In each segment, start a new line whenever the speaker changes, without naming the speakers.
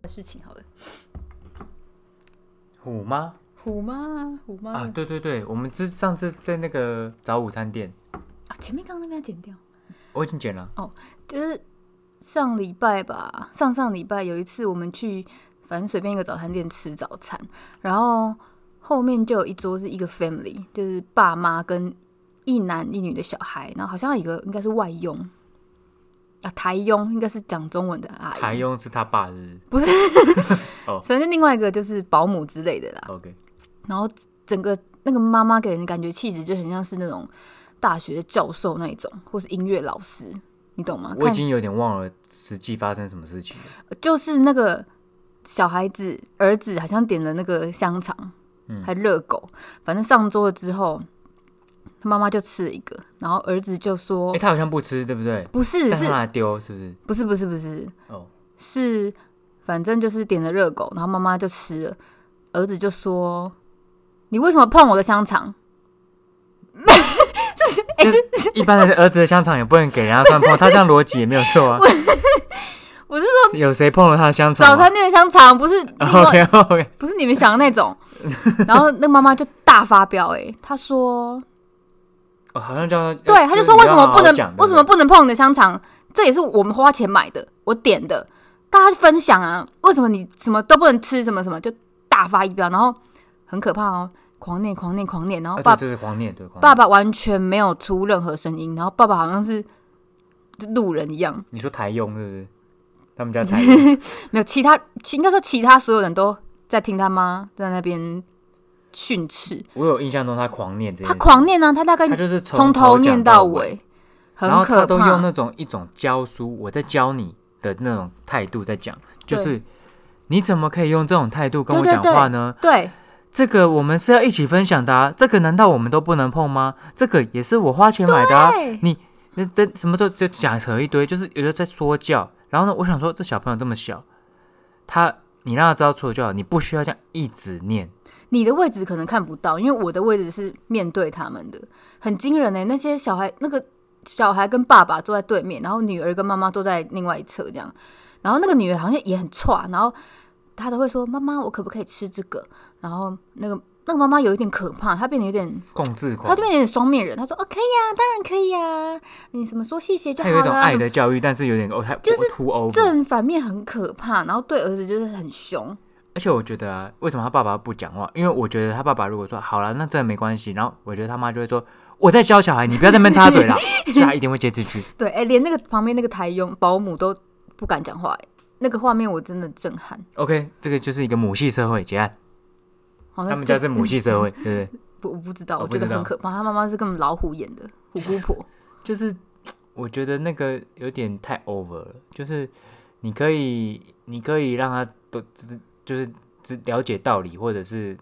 的事情好了。
虎妈
虎妈，虎妈
啊，对对对，我们之上次在那个找午餐店，
啊前面刚刚那边要剪掉，
我已经剪了。
就是上礼拜吧，上上礼拜有一次我们去，反正随便一个早餐店吃早餐，然后后面就有一桌是一个 family，就是爸妈跟一男一女的小孩，然后好像有一个应该是外佣啊，台佣应该是讲中文的阿姨，
台佣是他爸是不是
反正另外一个就是保姆之类的啦。
？OK，
然后整个那个妈妈给人的感觉气质就很像是那种大学的教授那一种，或是音乐老师，你懂吗？
我已
啊看
经有点忘了实际发生什么事情了。
就是那个小孩子儿子好像点了那个香肠，
嗯
还热狗，反正上桌了之后，他妈妈就吃了一个，然后儿子就说
哎、：“他好像不吃，对不对？
不哦是，
但他
是
拿丢，是不是？
不是不是不是
哦，
是，反正就是点了热狗，然后妈妈就吃了，儿子就说：‘你为什么碰我的香 肠？’
一般的儿子的香肠也不能给人家 乱碰，他这样逻辑也没有错啊。
我是
说，有谁碰了他的香肠
早
吗？
餐店的香肠 不是另外
OK OK，
不是你们想的那种。 然后那妈妈就大发飙，哎，她说，
哦，好像叫
对，她就说为什么不能为什么
不
不能碰你的香肠？这也是我们花钱买的，我点的，大家分享啊，为什么你什么都不能吃，什么什么就大发一飙，然后很可怕哦，狂念狂念狂念，然后
啊、
爸、
对，这是狂念，对狂念
爸爸完全没有出任何声音，然后爸爸好像是路人一样，
你说台佣是不是？他们家 台佣
没有其他，其应该说其他所有人都在听他妈在那边训斥，
我有印象中他狂念这件
他
事，
狂，念啊，他大概
他就是
从
头
头念
讲到
尾，很
然后
可
他
怕。
都用那种一种教书，我在教你的那种态度在讲，就
对
是你怎么可以用这种态度跟我
对
讲
对对
话呢？
对
这个我们是要一起分享的、啊，这个难道我们都不能碰吗？这个也是我花钱买的、啊，
对
那那什么时候就讲扯一堆，就是有的在说教。然后呢，我想说这小朋友这么小，他你让他知道错就好，你不需要这样一直念。
你的位置可能看不到，因为我的位置是面对他们的，很惊人呢、欸那些小孩，那个小孩跟爸爸坐在对面，然后女儿跟妈妈坐在另外一侧这样。然后那个女儿好像也很差，然后她都会说：“妈妈，我可不可以吃这个？”然后那个那个妈妈有一点可怕，她变得有点
控制狂
他这，边有点双面人，他说：“哦，可以啊，当然可以啊，你什么说谢谢就
他
好
有一种
了啊。
爱
什么
的教育，但是有点哦，他
就是
too over。
正反面很可怕，然后对儿子就是很凶。
而且我觉得啊，为什么他爸爸不讲话？因为我觉得他爸爸如果说好了，那真的没关系，然后我觉得他妈就会说我在教小孩，你不要在那边插嘴 啦，所以他一定会接这句。
对，哎、连那个旁边那个台佣保姆都不敢讲话、哎，那个画面我真的震撼。
OK，这个就是一个母系社会，结案。
好，那
他们
这
家是母系社会，对不对？
不，我不知道，
哦
我觉
不
得
知道
很可怕。他妈妈是跟老虎演的虎姑婆，
就是我觉得那个有点太 over 了，就是你可以你可以让他都只就是只了解道理，或者是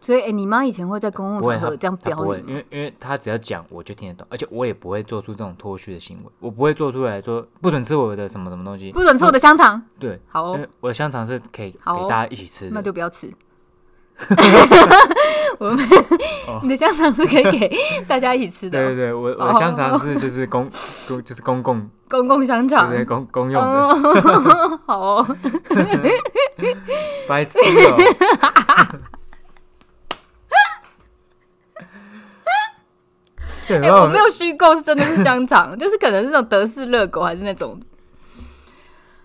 所以哎、你妈以前会在公
不
共
会
场合这样
他
飙
不会，
你
因
吗？
为因为他只要讲我就听得懂，而且我也不会做出这种脱序的行为，我不会做出来说不准吃我的什么什么东西，
不准吃我的香肠，
对，
好、
因
哦，
为我的香肠是可以给
好哦
大家一起吃
那
的，
就不要 吃。我们
哦
你的香肠是可以给大家一起吃的
对
哦、
对对，我我的香肠是就是公 公就是公共
公共香
对
肠。
对公公用的，
哦，好哦，
白痴哦、 对，
哎、
然后
我没有虚构，是真的是香肠，就是可能是那种德式热狗，还是那种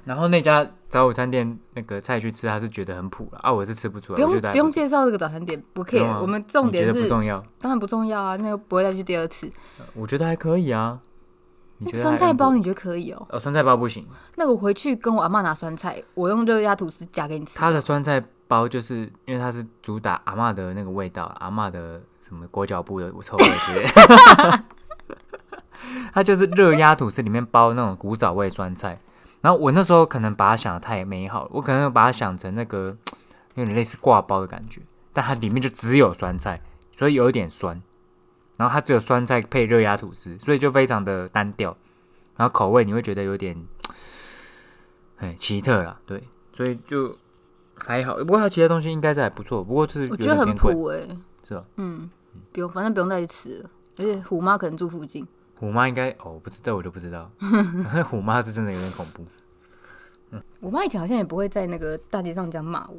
然后那家早午餐店那个菜去吃，他是觉得很普了啊，我是吃不出来，
不用
我觉得还
不用
错
介绍这个早餐店，不
不
care，
用啊
我们重点
你觉得
是
不重要，
当然不重要啊，那个不会再去第二次。欸
我觉得还可以啊。你觉得
酸
还
菜包
很普
你觉得可以哦？
哦，酸菜包不行，
那我回去跟我阿妈拿酸菜，我用热压吐司夹给你吃。
它的酸菜包就是因为它是主打阿嬷的那个味道，阿嬷的什么裹脚布的臭味之类的。 它就是热压吐司里面包那种古早味酸菜，然后我那时候可能把它想的太美好了，我可能把它想成那个有点类似挂包的感觉，但它里面就只有酸菜，所以有一点酸。然后它只有酸菜配热压吐司，所以就非常的单调，然后口味你会觉得有点，哎，奇特啦，对，所以就还好。不过它其他东西应该是还不错，不过就是
我
有
觉得很
点偏贵。
普哎、
是哦
嗯，不用，反正不用再去吃了。而且虎妈可能住附近，
虎妈应该哦，我不知道，我就不知道。虎妈是真的有点恐怖。
我妈以前好像也不会在那个大街上这样骂我，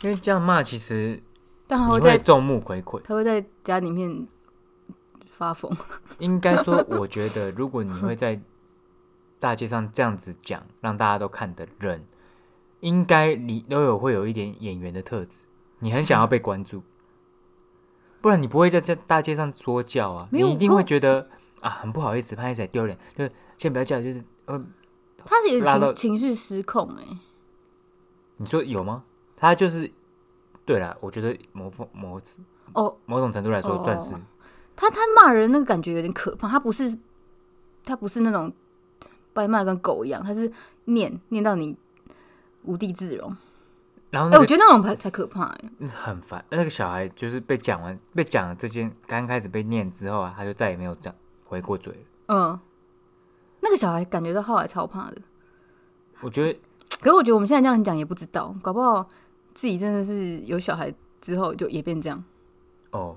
因为这样骂其实
但她
你
会在
会众目睽睽。
她会在家里面发疯。
应该说，我觉得如果你会在大街上这样子讲，让大家都看的人，应该你都有会有一点演员的特质，你很想要被关注，不然你不会在这大街上说教啊，
没
你
有
一定
我
会觉得啊很不好意思，拍起来丢脸，就是先不要叫，就是呃，
她是有
拉到
情情绪失控哎、
你说有吗？他就是对啦，我觉得某某某
哦，
某种程度来说
哦
算是，
她她骂人那个感觉有点可怕，她不是她不是那种被骂得跟狗一样，她是念念到你无地自容。
然后
哎、
那
我
个
觉得那种才才可怕、欸。
很烦。那个小孩就是被讲完被讲了这件，刚开始被念之后啊，他就再也没有讲回过嘴了。
嗯，那个小孩感觉到后来超怕的。
我觉得
可是我觉得我们现在这样讲也不知道，搞不好自己真的是有小孩之后就也变这样，
哦，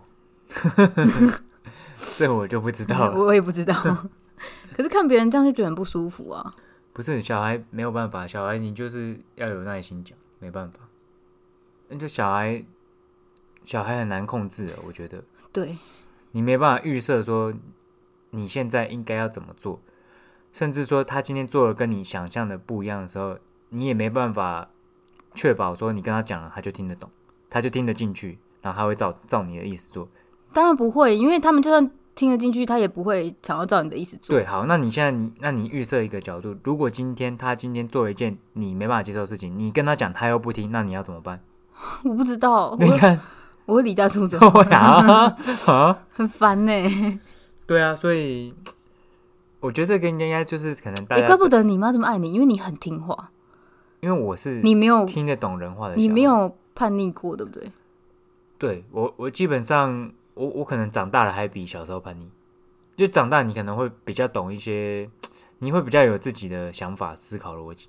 这我就不知道了。
我我也不知道。 可是看别人这样就觉得很不舒服啊。
不是小孩没有办法，小孩你就是要有耐心讲，没办法。那就小孩，小孩很难控制的，我觉得
对，
你没办法预设说你现在应该要怎么做，甚至说他今天做的跟你想象的不一样的时候，你也没办法确保说你跟他讲了他就听得懂，他就听得进去，然后他会照照你的意思做。
当然不会，因为他们就算听得进去，他也不会想要照你的意思做。
对，好，那你现在你那你预设一个角度，如果今天他今天做一件你没办法接受的事情，你跟他讲他又不听，那你要怎么办？
我不知道，我
你
会
看，
我会离家出走，
对啊，啊，
很烦欸呢、
对啊，所以我觉得这个应该就是可能大
哎、
家，
怪不得你妈这么爱你，因为你很听话，
因为我是
你没有
嗯听得懂人话的，
你没。有叛逆过，对不对？
对我，我基本上我我可能长大了还比小时候叛逆，就长大你可能会比较懂一些，你会比较有自己的想法、思考逻辑，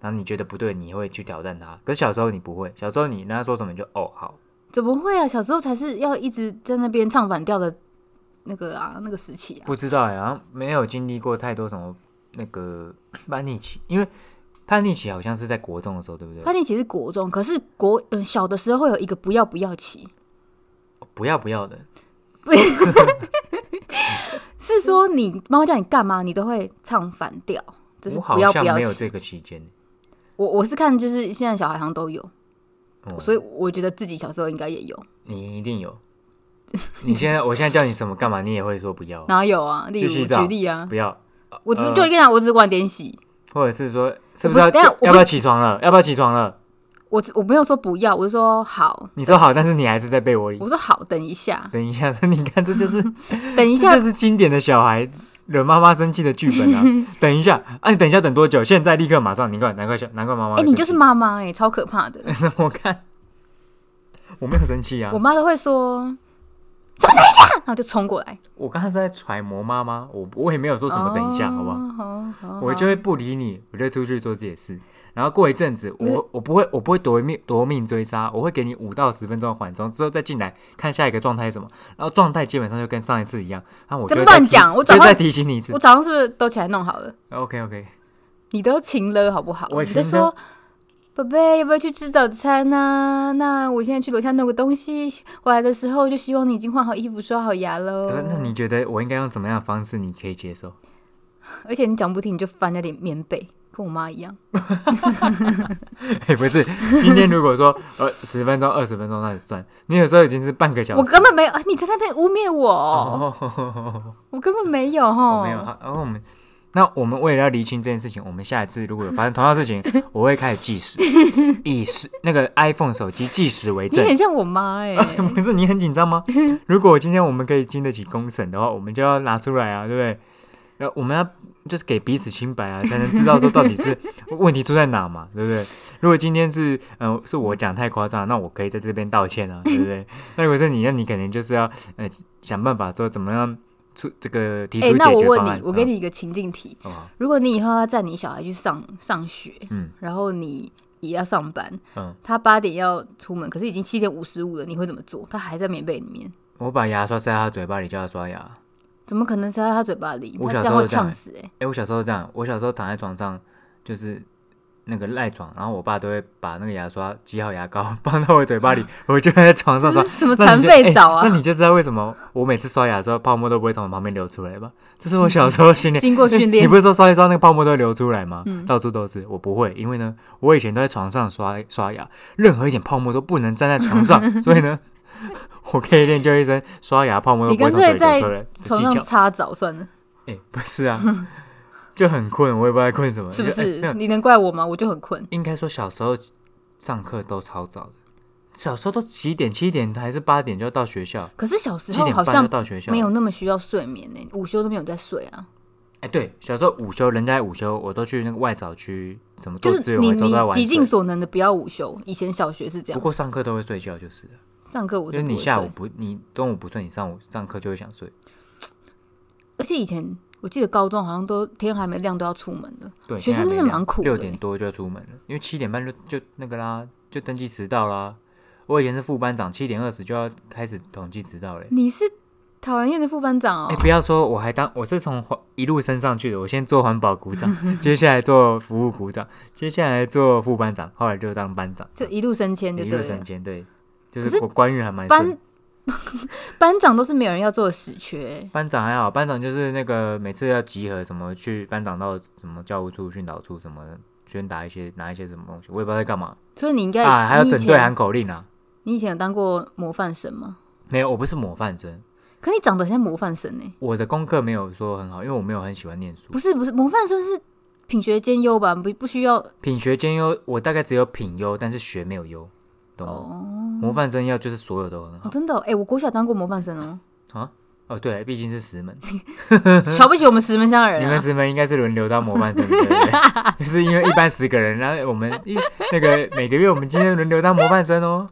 然后你觉得不对，你会去挑战它。可是小时候你不会，小时候你跟他说什么你就哦好，
怎么会啊？小时候才是要一直在那边唱反调的那个啊，那个时期啊。
不知道哎，好像没有经历过太多什么那个叛逆期，因为叛逆期好像是在国中的时候，对不对？
叛逆期是国中，可是国嗯、小的时候会有一个不要不要期，
不要不要的，
是说你妈妈叫你干嘛，你都会唱反调，这是
我
不
好
要不
像
要
没有
期。
这个期间。
我我是看就是现在小孩好像都有，
嗯哦
所以我觉得自己小时候应该也有，
你一定有，你现在我现在叫你什么干嘛，你也会说不 要。
哪有啊？例如
去洗澡
举例啊，
不要，
我只
呃
就跟你讲，我只晚点洗，
或者是说是
我
不
不
是要
等一下我不
要不要起床了？要不要起床了？
我只我没有说不要，我是说好，
你说好，但是你还是在被窝里
我。说好，等一 下，
等一下，你看这 就是
等一
这
下
就，是经典的小孩惹妈妈生气的剧 本啊！等一下，啊，你等一下等多久？现在立刻马上，你快难怪小难怪妈妈
哎、
会生气。啊
你就是妈妈哎，超可怕的。
我看我没有生气啊
我，妈都会说：“怎么等一下？”然后就冲过来。
我刚才是在揣摩妈妈，我我也没有说
哦
什么等一下，好不好？
好？好，
我就会不理你，我就出去做自己的事。然后过一阵子，
没
我我不会我不会夺命夺命追杀，我会给你五到十分钟的缓冲，之后再进来看下一个状态是什么。然后状态基本上就跟上一次一样，然后我就
这
会
乱
再提
讲我早
就
上
再提醒你一次
我。早上是不是都起来弄好了？
OK OK，
你都勤了好不好？
我
你就
勤
说：“宝贝，要不要去吃早餐呢、那我现在去楼下弄个东西，回来的时候就希望你已经换好衣服、刷好牙喽。
对，那你觉得我应该用怎么样的方式你可以接受？
而且你讲不听，你就翻那点棉被，跟我妈一样。
哎，不是，今天如果说呃十分钟、二十分钟那就算，你有时候已经是半个小时。
我根本没有，啊你在那边污蔑我，
哦，
我根本没有
我
吼，
哦没有。好然后我们那我们为了要厘清这件事情，我们下一次如果有发生同样的事情，我会开始计时，以时那个 iPhone 手机计时为
你
证。
很像我妈哎、
不是你很紧张吗？如果今天我们可以经得起公审的话，我们就要拿出来啊，对不对？那我们要就是给彼此清白啊，才能知道说到底是问题出在哪嘛，对不对？如果今天是嗯、呃是我讲太夸张，那我可以在这边道歉啊，对不对？ 那如果是你，那你肯定就是要呃想办法说怎么样出这个提出
哎、
解决
那
方
我问
案。嗯
你，我给你一个情境题，
好不好，
如果你以后要载你小孩去上上学，
嗯
然后你也要上班，
嗯，
他八点要出门，可是已经七点五十五了，你会怎么做？他还在棉被里面，
我把牙刷塞到他嘴巴里，叫他刷牙。
怎么可能塞在他嘴巴里？
我
他这
小时
样
候
会
这样
呛死哎、
哎、我小时候这样，我小时候躺在床上，就是那个赖床，然后我爸都会把那个牙刷挤好牙膏 放到我嘴巴里，我就在床上
这
刷。
是 什么
那
残
你就
废澡
欸
啊？
那你就知道为什么我每次刷牙的时候泡沫都不会从我旁边流出来吧？这是我小时候训练。
经过训
你
练
不，是说刷一刷那个泡沫都会流出来吗？
嗯
到处都是。我不会，因为呢，我以前都在床上刷刷牙，任何一点泡沫都不能站在床 上，所以呢，我可以练就一身刷牙泡沫都
你
不会
干
从
脆
嘴里
在
流出来的
床
技
上
巧。
擦澡算了，
哎、不 是啊，就很困，我也不知道在困什么。
是不
就哎没
是？
有
你能怪我吗？我就很困，
应该说小时候上课都超早的，小时候都几点？七点还是八点就要到学校？
可是小时
七
候
点
好
半就
像
到学校了。
没有那么需要睡眠呢、午休都没有在睡啊。
哎、对，小时候午休，人家在午休，我都去那个外扫区，怎么
就
做
是
自由啊
你
回收都在
你
玩
极尽
水。
所能的不要午休。以前小学是这
不
样，
过上课都会睡觉，就是了，
上课我
就是是
不
你
会
下
睡
午不，你中午不睡，你上午上课就会想睡。
而且以前我记得高中好像都天还没亮都要出门了，
对，
学生真的蛮苦的
六
欸
点多就要出门了，因为七点半就就那个啦，就登记迟到啦。我以前是副班长，七点二十就要开始统计迟到嘞。
你是讨人厌的副班长哦、
哎、不要说，我还当我是从环一路升上去的。我先做环保股长， 接下来做服务股长，接下来做副班长，后来就当班长，
就一路升迁就
一
对
路
了
升。迁。对，就
可
是
是
我官运还蛮顺
班 班长都是没有人要做的死缺欸、
班长还好，班长就是那个每次要集合什么去班长到什么教务处、训导处什么的宣达一些拿一些什么东西，我也不知道在干嘛
所以你应该、
啊，还有
你以
整队
前
喊口令啊。
你以前有当过模范生吗？
没有，我不是模范生，
可你长得像模范生呢、
我的功课没有说很好，因为我没有很喜欢念书
不。是不是，模范生是品学兼优吧？不不需要
品学兼优，我大概只有品优，但是学没有优，懂吗？
哦
模范生要就是所有都很
哦，
好
真的哦哎、我国小当过模范生 哦，
哦，对，毕竟是石门，
瞧不起我们石门乡的
你
人
们
啊！
石门应该是轮流当模范生的，对不对？ 就是因为一般十个人，然后我们一那个每个月我们今天轮流当模范生哦，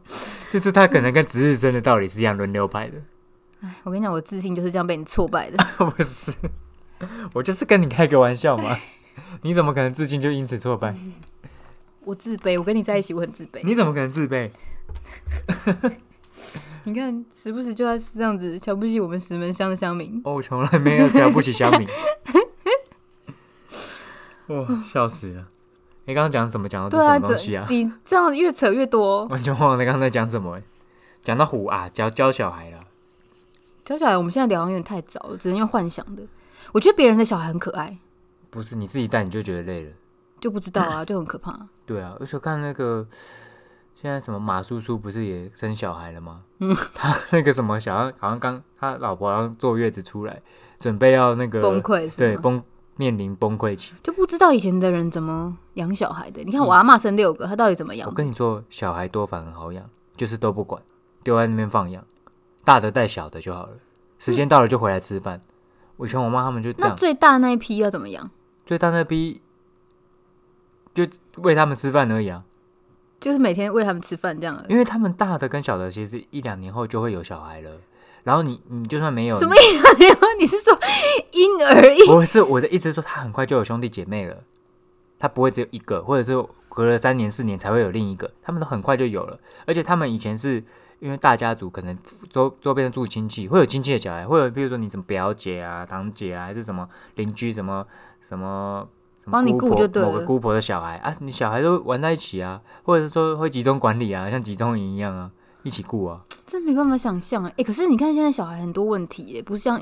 就是他可能跟值日生的道理是一样轮流排的，
我跟你讲，我自信就是这样被你挫败的。
不是？我就是跟你开个玩 笑嘛，你怎么可能自信就因此挫败？
嗯我自卑，我跟你在一起我很自卑。
你怎么可能自卑？
你看，时不时就要这样子瞧不起我们石门乡的乡民。
哦，我从来没有瞧不起小 米，哇，笑死了！你刚刚讲什么？讲到这
对
什么东西
这
啊？
你这样越扯越多。
完全忘了刚才讲什么、欸，讲到虎啊，教教小孩了。
教小孩，我们现在聊好像有点太早了，只能用幻想的。我觉得别人的小孩很可爱，
不是你自己带你就觉得累了，
就不知道啊，就很可怕。
对啊，而且我看那个现在什么马叔叔不是也生小孩了吗？
嗯，
他那个什么小像好像刚他老婆好像坐月子出来，准备要那个
崩溃是
对
吗，
崩面临崩溃期。
就不知道以前的人怎么养小孩的。你看我阿妈生六个，她到底怎么养
嗯我？跟你说，小孩多反而好养，就是都不管，丢在那边放养，大的带小的就好了，时间到了就回来吃饭。我以前我妈他们就这
那
样，
最大那一批要怎么养？
最大那逼就喂他们吃饭而已啊。
就是每天喂他们吃饭这样而已。
因为他们大的跟小的其实一两年后就会有小孩了，然后你你就算没有，
什么意思？ 你是说婴儿一？
不是我的意思是说他很快就有兄弟姐妹了，他不会只有一个，或者是隔了三年四年才会有另一个，他们都很快就有了，而且他们以前是。因为大家族可能周周边的住亲戚，会有亲戚的小孩，会有比如说你什么表姐啊、堂姐啊，还是什么邻居什么什么什么
帮你
姑
顾
婆
就对
某个
了
姑婆的小孩啊，你小孩都玩在一起啊，或者说会集中管理啊，像集中营一样啊，一起顾啊。
真没办法想象哎、欸可是你看现在小孩很多问题耶、不像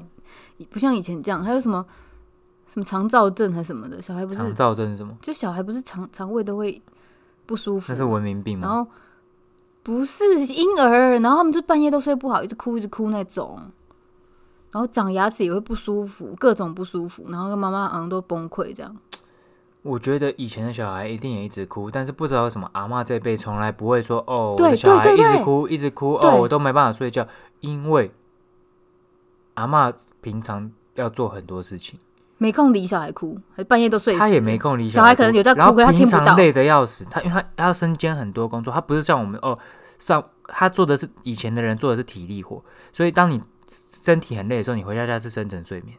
不像以前这样，还有什么什么肠燥症还是什么的，小孩不
肠
是
燥症是什么？
就小孩不是肠肠胃都会不舒服
那，是文明病
然
吗？
后不是婴儿，然后他们就半夜都睡不好，一直哭一直哭那种，然后长牙齿也会不舒服，各种不舒服，然后跟妈妈好像都崩溃这样。
我觉得以前的小孩一定也一直哭，但是不知道为什么阿嬷这辈从来不会说哦，我
对
的小孩
对
一
对对
直哭一直哭
对
哦，我都没办法睡觉，因为阿嬷平常要做很多事情，
没空理小孩哭，还半夜都睡死。欸
她也没空理
小孩可能有在哭
然后
可是她
平
听不到
常累得要死，她因为她她要身兼很多工作，她不是像我们哦上，她做的是以前的人做的是体力活，所以当你身体很累的时候，你回到家是深层睡眠。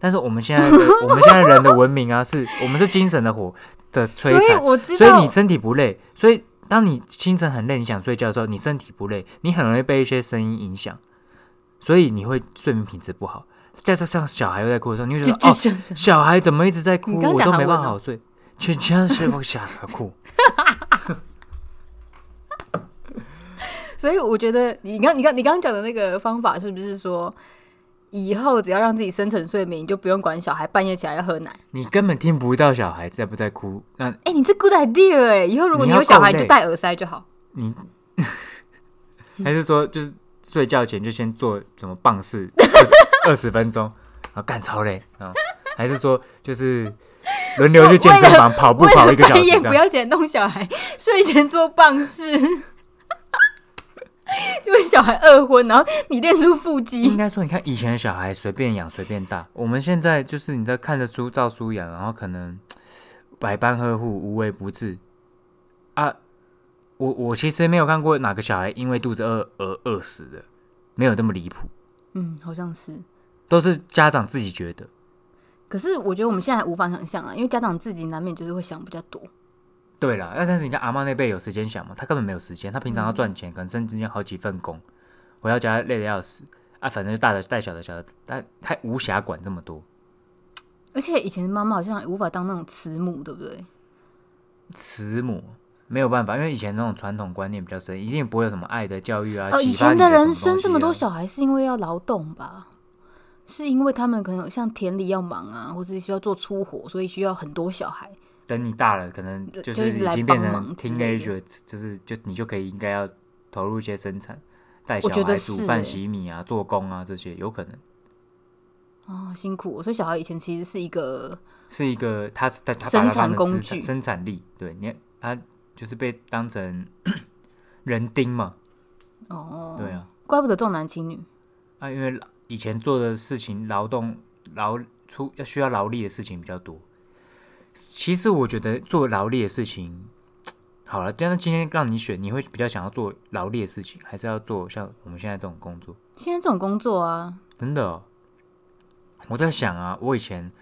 但是我们现在的我们现在人的文明啊，是我们是精神的火的
所
摧
以
残，
我知
所以
道
你，身体不累，所以当你清晨很累，你想睡觉的时候，你身体不累，你很容易被一些声音影响，所以你会睡眠品质不好。再加上小孩又在哭的时候，你会觉得
就
哦，
就就
小孩怎么一直在哭，
你刚
我
讲
都
韩
没
文
办法
哦
好睡。全家是往下卡 裤。
所以我觉得你刚你刚你刚刚讲的那个方法是不是说，以后只要让自己深层睡眠，你就不用管小孩半夜起来要喝奶？
你根本听不到小孩在不在哭，那
哎、你这 good idea 哎、以后如果
你
你
要
有小孩，
够
你
累
就戴耳塞就好。
你还是说就是睡觉前就先做什么棒式二二十分 钟，然后干超累啊？还是说就是轮流去健身房跑步
为
跑
了
一个小
半
时
夜
这
不
样？
要起来弄小孩，睡前做棒式， 就是小孩饿昏，然后你练出腹
应
肌。
该说，你看以前的小孩随便养随便大，我们现在就是你在看着书照书养，然后可能百般呵护无微不至啊。我我其实没有看过哪个小孩因为肚子饿而饿死的，没有这么离谱，
嗯，好像是。
都是家长自己觉得。
可是我觉得我们现在还无法想象啊，因为家长自己难免就是会想比较多。
对啦，那但是你看阿妈那辈有时间想嘛，她根本没有时间，她平常要赚钱，可能甚至要好几份工，回到家累得要死啊，反正就大的带小的小的，但她无暇管这么多。
而且以前的妈妈好像也无法当那种慈母，对不对？
慈母没有办法，因为以前那种传统观念比较深，一定不会有什么爱的教育啊。
哦，
启
以
发
前
你
的
的什
人
东
生这么
西啊
多，小孩是因为要劳动吧？是因为他们可能有像田里要忙啊，或是需要做粗活，所以需要很多小孩。
等你大了，可能就
就是是
已
来
经
帮
变成
忙之类的
teenager，就是就你就可以应该要投入一些生产，带
我
小
觉得
孩
是
煮饭、
欸
洗米啊、做工啊这些，有可能
哦，辛苦、哦！所以小孩以前其实是一个
是一个他他他
生
把它
产
当成
工
资产
具
生产力，对你他就是被当成 人丁嘛，
哦，
对啊，
怪不得重男轻女。
啊，因为以前做的事情，劳动劳出要需要劳力的事情比较多。其实我觉得做劳力的事情，好了，但是今天让你选，你会比较想要做劳力的事情，还是要做像我们现在这种工作？
现在这种工作啊，
真的哦、我在想啊，我以前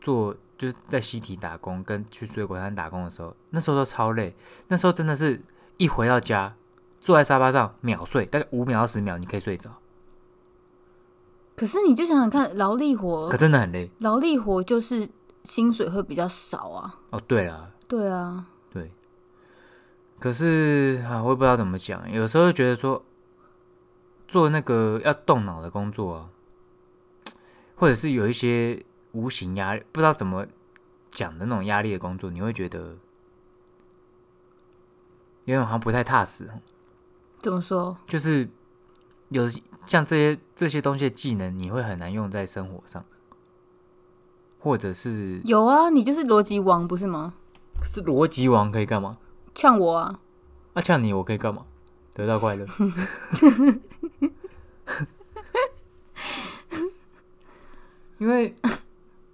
做就是在西体打工跟去水果摊打工的时候，那时候都超累，那时候真的是一回到家，坐在沙发上秒睡，大概五秒到十秒你可以睡着，
可是你就想想看，劳力活
可，真的很累
劳力活就是薪水会比较少啊。
哦。对了。
对啊，
对，可是啊，我也不知道怎么讲，有时候觉得说做那个要动脑的工作啊，或者是有一些无形压力，不知道怎么讲的那种压力的工作，你会觉得有点好像不太踏实哦，
怎么说？
就是有像这些这些东西的技能，你会很难用在生活上，或者是
有啊，你就是逻辑王不是吗？
可是逻辑王可以干嘛？
像我啊，
啊，像你我可以干嘛？得到快乐。因为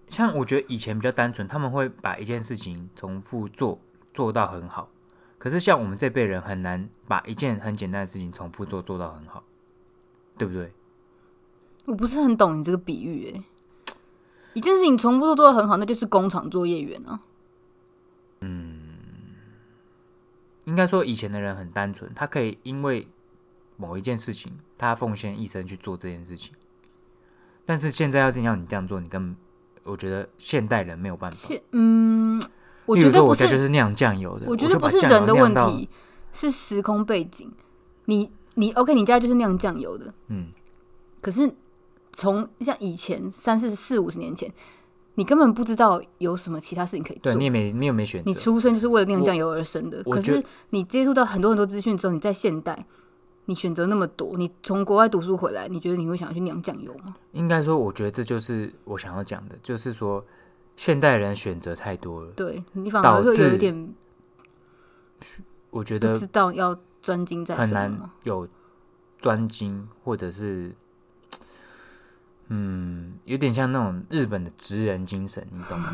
像我觉得以前比较单纯，他们会把一件事情重复做做到很好。可是像我们这辈人很难把一件很简单的事情重复做做到很好，对不对？
我不是很懂你这个比喻诶、欸一件事情重复做做的很好，那就是工厂作业员啊。
应该说以前的人很单纯，他可以因为某一件事情，他奉献一生去做这件事情。但是现在要要你这样做，你根本我觉得现代人没有办法。
是，嗯，我
例
觉
如
得
说，
不，
我家就是是酿酱油的，
我
我
觉得
就
不
把
是
酱油
人的
酿
问
到，
题，是时空背景。你你 OK，你家就是酿酱油的，
嗯，
可是从像以前三四四五十年前，你根本不知道有什么其他事情可以做
对你。也没你也没选择
你，出生就是为了酿酱油而生的，
我
可
觉
是你接触到很多很多资讯之后，你在现代，你选择那么多，你从国外读书回来，你觉得你会想要去酿酱油吗？
应该说，我觉得这就是我想要讲的，就是说现代人选择太多了。
对你反
导
而会有
致
一点
我觉
不
得
知道要专精在
很
什么
难
吗。
有专精，或者是嗯，有点像那种日本的职人精神，你 懂吗？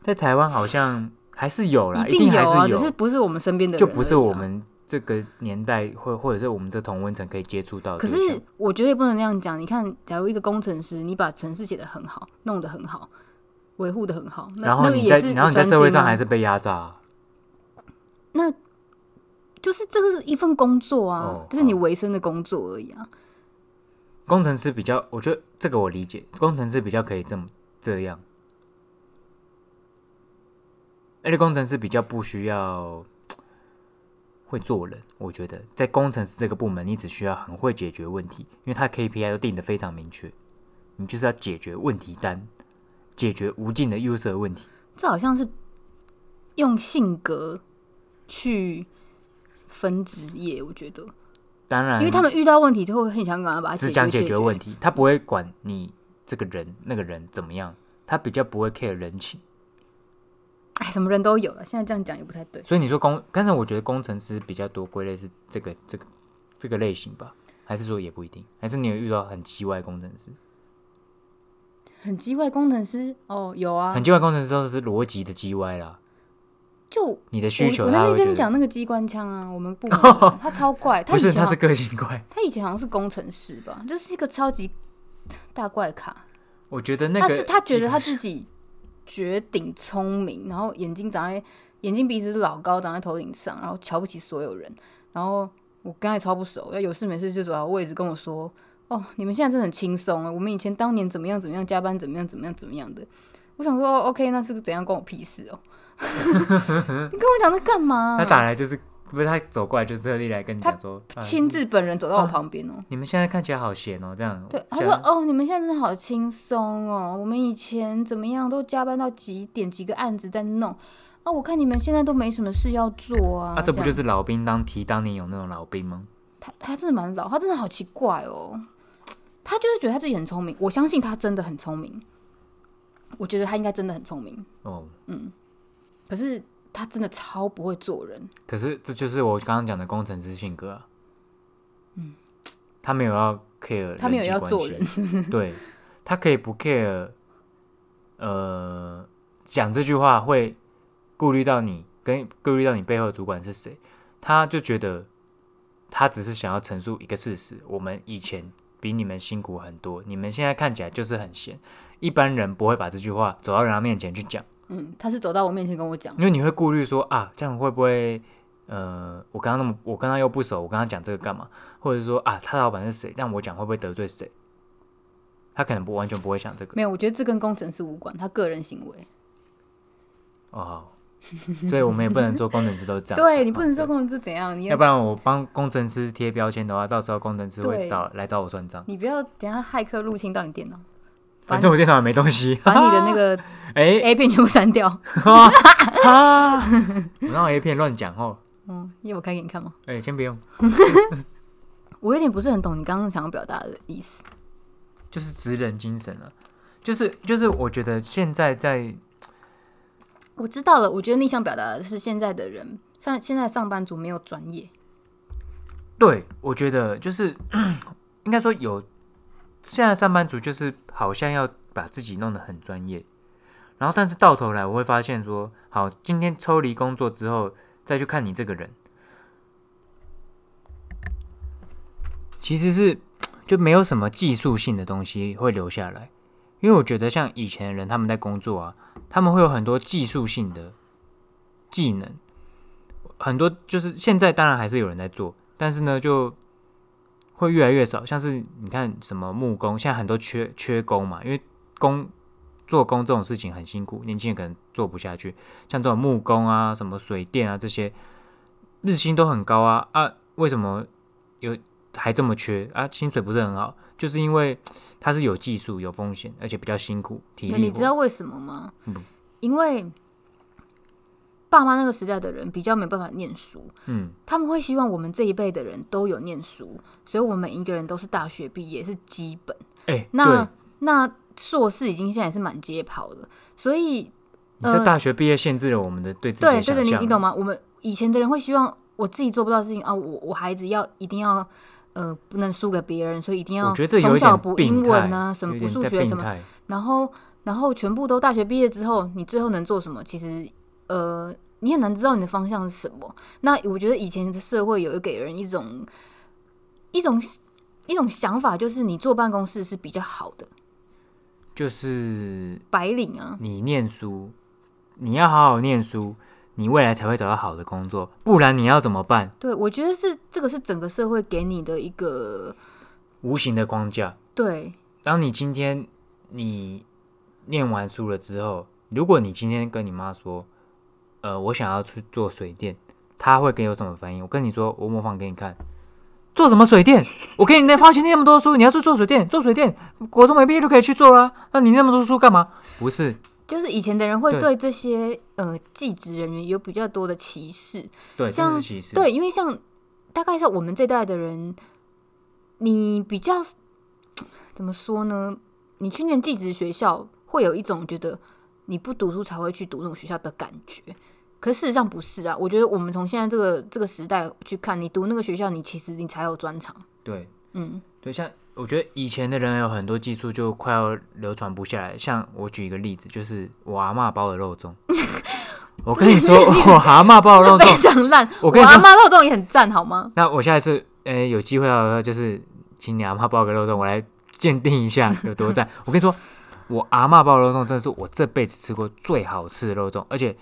在台湾好像还是有啦，一
定
还
有啊，
是
只
有，
是不是我们身边的人、啊
就不是我。们这个年代或或者是我们这同温层可以接触到的
可
对
是
象。
我觉得也不能那样讲。你看，假如一个工程师，你把城市写得很好，弄得很好，维护的很好，那
然后
那个
你
也
在
是
然后你在
专
社会
精
上
啊
还是被压榨啊、
那就是这个是一份工作啊，
哦
就是你
好
维生的工作而已啊。
工程师比较，我觉得这个我理解，工程师比较可以这么这样。而且工程师比较不需要会做人，我觉得在工程师这个部门，你只需要很会解决问题，因为他 KPI 都定得非常明确，你就是要解决问题单，解决无尽的 user 问题。
这好像是用性格去分职业，我觉得，
当然，
因为他们遇到问题都会很想赶快把它
嗯只
解
想
决
解
决
决问题，他不会管你这个人那个人怎么样，他比较不会 care 人情。
哎，什么人都有了，现在这样讲也不太对。
所以你说工，刚才我觉得工程师比较多归类是这个这个这个类型吧，还是说也不一定？还是你有遇到很奇怪的工程师？
很机外工程师哦，有啊
很，奇怪的工程师都是逻辑的 G Y 啦，
就我
你的需
我
求
那
他
边
会
跟
觉
你讲
得
那个机关枪啊，我们部 门的他超怪，他
不
以
是，
前啊
他
好
是个性怪。
他以前好像是工程师吧，就是一个超级大怪咖。
我觉得那
他是
个
他觉得他自己绝顶聪明，然后眼睛长在眼睛鼻子是老高长在头顶上，然后瞧不起所有人。然后我刚才超不熟，要有事没事就走到位置跟我说：“哦，你们现在真的很轻松啊，我们以前当年怎么样怎么样，加班怎么样怎么样怎么样的。”我想说、哦、，OK，那是个怎样关我屁事哦？ 你跟我讲这干嘛、
他打来就是不是他走过来就是特地来跟你讲说，啊
亲自本人走到我旁边哦。
你们现在看起来好闲哦，这样
对，他
想
说：“哦，你们现在真的好轻松哦，我们以前怎么样都加班到几点，几个案子在弄啊。我看你们现在都没什么事要做啊。
啊，这不
样
就是老兵当提当年有那种老兵吗？
他？他真的蛮老，他真的好奇怪哦。他就是觉得他自己很聪明，我相信他真的很聪明，我觉得他应该真的很聪明，
哦，
可是他真的超不会做人。
可是这就是我刚刚讲的工程师性格啊。嗯，他没有要 care，
他没有要做
人际关系，对他可以不 care，呃，讲这句话会顾虑到你，跟顾虑到你背后的主管是谁，他就觉得他只是想要陈述一个事实：我们以前比你们辛苦很多，你们现在看起来就是很闲。一般人不会把这句话走到人家面前去讲。
嗯，他是走到我面前跟我讲，
因为你会顾虑说啊，这样会不会呃，我刚刚那么我刚刚又不熟，我刚刚讲这个干嘛？或者说啊，他老板是谁？让我讲会不会得罪谁？他可能不完全不会想这个
没有，我觉得这跟工程师无关，他个人行为。
啊哦， 好所以我们也不能做工程师都这样。
对你不能说
哦，
工程师怎样，你
对
也
要不然我帮工程师贴标签的话，到时候工程师会
对
找来找我算账。
你不要等一下骇客入侵到你电 脑，把
反正我电脑也没东西，
把你的那个
哎，
A 片全部删掉。
哈，我让 A 片乱讲哦。
嗯，要我开给你看吗？
哎，先不用，
我有点不是很懂你刚刚想要表达的意思。
就是职人精神啊，就是就是，我觉得现在在
我知道了，我觉得你想表达的是现在的人，像现在上班族没有专业，
对，我觉得就是 应该说有现在上班族就是好像要把自己弄得很专业，然后但是到头来我会发现说，好，今天抽离工作之后再去看你这个人，其实是就没有什么技术性的东西会留下来，因为我觉得像以前的人他们在工作啊，他们会有很多技术性的技能，很多就是现在当然还是有人在做，但是呢就会越来越少。像是你看什么木工，现在很多缺缺工嘛，因为工做工这种事情很辛苦，年轻人可能做不下去。像这种木工啊、什么水电啊这些，日薪都很高啊啊，为什么有还这么缺啊？薪水不是很好，就是因为它是有技术、有风险，而且比较辛苦，体
那
力
你
活
知道为什么吗
嗯？
因为爸妈那个时代的人比较没办法念书，
嗯，
他们会希望我们这一辈的人都有念书，所以我们每一个人都是大学毕业是基本。
哎、对
那，那硕士已经现在是满街跑了，所以
你在
呃
大学毕业限制了我们的对自己
对
的
对
想
的，你
象啊
你懂吗？我们以前的人会希望我自己做不到的事情啊，我我孩子要一定要呃不能输给别人，所以一定要
我觉得这有
从
一
小
点
补
病
英
态
文啊，什么
有
补
点
数
在
学
病
什么，
态
然后然后全部都大学毕业之后，你最后能做什么？其实呃你很难知道你的方向是什么。那我觉得以前的社会有给人一种一种一种想法，就是你坐办公室是比较好的
就是
白领啊，
你念书，你要好好念书，你未来才会找到好的工作，不然你要怎么办？
对我觉得是这个是整个社会给你的一个
无形的框架。
对。
当你今天你念完书了之后，如果你今天跟你妈说，呃，我想要去做水电，他会给我什么反应？我跟你说，我模仿给你看。做什么水电？我给你那花钱那么多书，你要去做水电，做水电，国中没毕业就可以去做啦、那你那么多书干嘛？不是，
就是以前的人会
对
对这些呃技职人员有比较多的歧视，
对，
像
这是歧视。
对，因为像大概像我们这代的人，你比较怎么说呢？你去念技职学校，会有一种觉得你不读书才会去读那种学校的感觉。可事实上不是啊，我觉得我们从现在这个这个时代去看，你读那个学校，你其实你才有专长。
对
嗯，
对，像我觉得以前的人有很多技术就快要流传不下来。像我举一个例子，就是我阿嬷包的肉 粽。我跟你说，我阿嬷包的肉
非
粽，
常烂。
哦我
我
跟你
阿
说，
妈肉粽也很赞，好吗？
那我下一次，呃，有机会啊，就是请你阿嬷包个肉粽，我来鉴定一下有多赞。我跟你说，我阿嬷包的肉粽真的是我这辈子吃过最好吃的肉粽，而且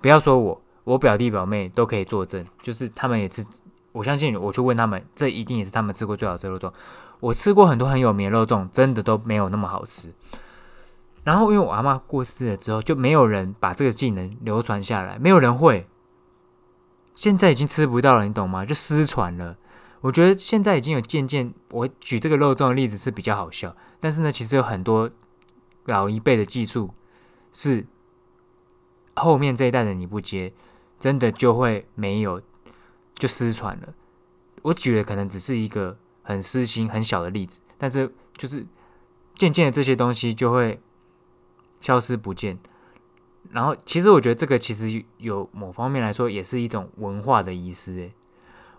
不要说我，我表弟表妹都可以作证，就是他们也吃。我相信我去问他们，这一定也是他们吃过最好吃的肉粽。我吃过很多很有名的肉粽，真的都没有那么好吃。然后因为我阿嬷过世了之后，就没有人把这个技能流传下来，没有人会。现在已经吃不到了，你懂吗？就失传了。我觉得现在已经有渐渐，我举这个肉粽的例子是比较好笑，但是呢，其实有很多老一辈的技术是后面这一代的你不接，真的就会没有，就失传了。我举的可能只是一个很私心、很小的例子，但是就是渐渐的这些东西就会消失不见。然后，其实我觉得这个其实有某方面来说也是一种文化的遗失。诶，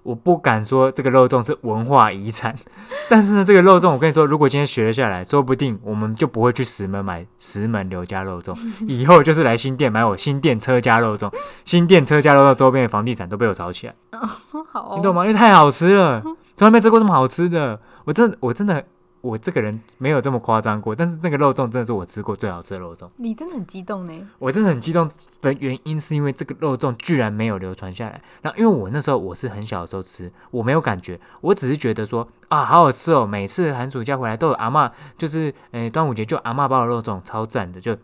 我不敢说这个肉粽是文化遗产， 但是呢，这个肉粽我跟你说，如果今天学了下来，说不定我们就不会去石门买石门刘家肉粽，以后就是来新店买我新店车家肉粽， 新店车家肉粽周边的房地产都被我炒起来。
好、哦
你懂？吗？因为太好吃了，从来没吃过这么好吃的。我真的，我真的，我这个人没有这么夸张过，但是那个肉粽真的是我吃过最好吃的肉粽。
你真的很激动呢。
我真的很激动的原因是因为这个肉粽居然没有流传下来。那因为我那时候我是很小的时候吃，我没有感觉，我只是觉得说啊，好好吃哦！每次寒暑假回来都有阿嬷，就是诶、呃端午节就阿嬷包的肉粽超赞的，就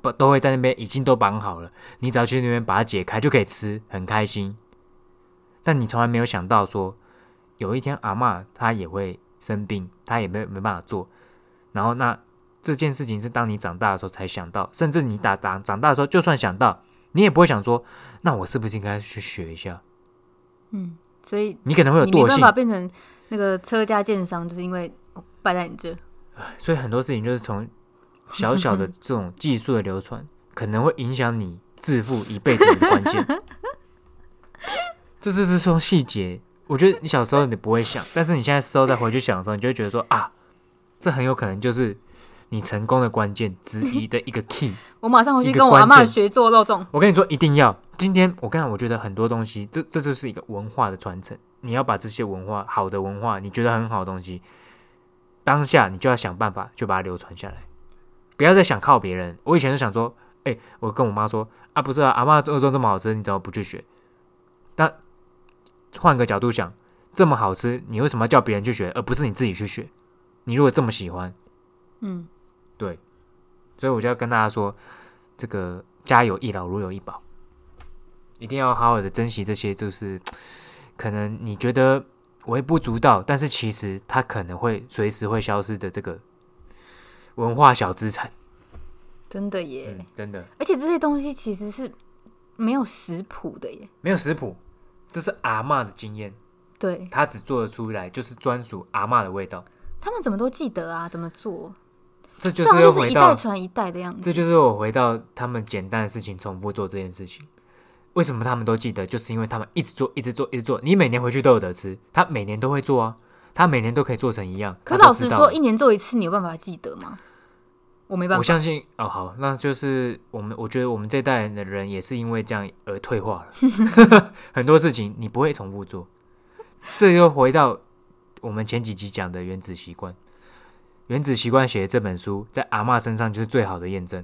不都会在那边已经都绑好了，你只要去那边把它解开就可以吃，很开心。但你从来没有想到说，有一天阿嬷她也会生病，她也没没办法做，然后那这件事情是当你长大的时候才想到，甚至你打打长大的时候，就算想到，你也不会想说，那我是不是应该去学一下？
嗯，所以
你可能会有
你没
惰
办
性
法，变成那个车家建商，就是因为我败在你这。
所以很多事情就是从小小的这种技术的流传，可能会影响你致富一辈子的关键。 这就是从细节，我觉得你小时候你不会想，但是你现在事后再回去想的时候，你就会觉得说啊，这很有可能就是你成功的关键之一的一个 key。
我马上回去
一个
跟我阿妈
关键
学做肉粽。
我跟你说，一定要。今天我刚才我觉得很多东西，这这就是一个文化的传承。你要把这些文化，好的文化，你觉得很好的东西，当下你就要想办法就把它流传下来，不要再想靠别人。我以前就想说，哎、我跟我妈说啊，不是啊，阿妈做做这么好吃，你怎么不去学？但换个角度想，这么好吃，你为什么要叫别人去学，而不是你自己去学？你如果这么喜欢，
嗯，
所以我就要跟大家说，这个家有一老，如有一宝，一定要好好的珍惜这些，就是可能你觉得微不足道，但是其实它可能会随时会消失的这个文化小资产。
真的耶。
嗯，真的
而且这些东西其实是没有食谱的耶。
没有食谱，这是阿嬷的经验，
对
她只做得出来，就是专属阿嬷的味道。
他们怎么都记得啊？怎么做？
这就
这好像
是又
是
回
一
到
代传一代的样子。
这就是我回到他们简单的事情重复做这件事情。为什么他们都记得？就是因为他们一直做，一直做，一直做。你每年回去都有得吃，他每年都会做啊，他每年都可以做成一样。
可
他
老
都
实
知道
说，一年做一次，你有办法记得吗？我没办
我
法。
相信哦，好，那就是我们，我觉得我们这代人的人也是因为这样而退化了。 很多事情你不会重复做，这又回到我们前几集讲的原子习惯。《原子习惯》写的这本书，在阿嬷身上就是最好的验 证。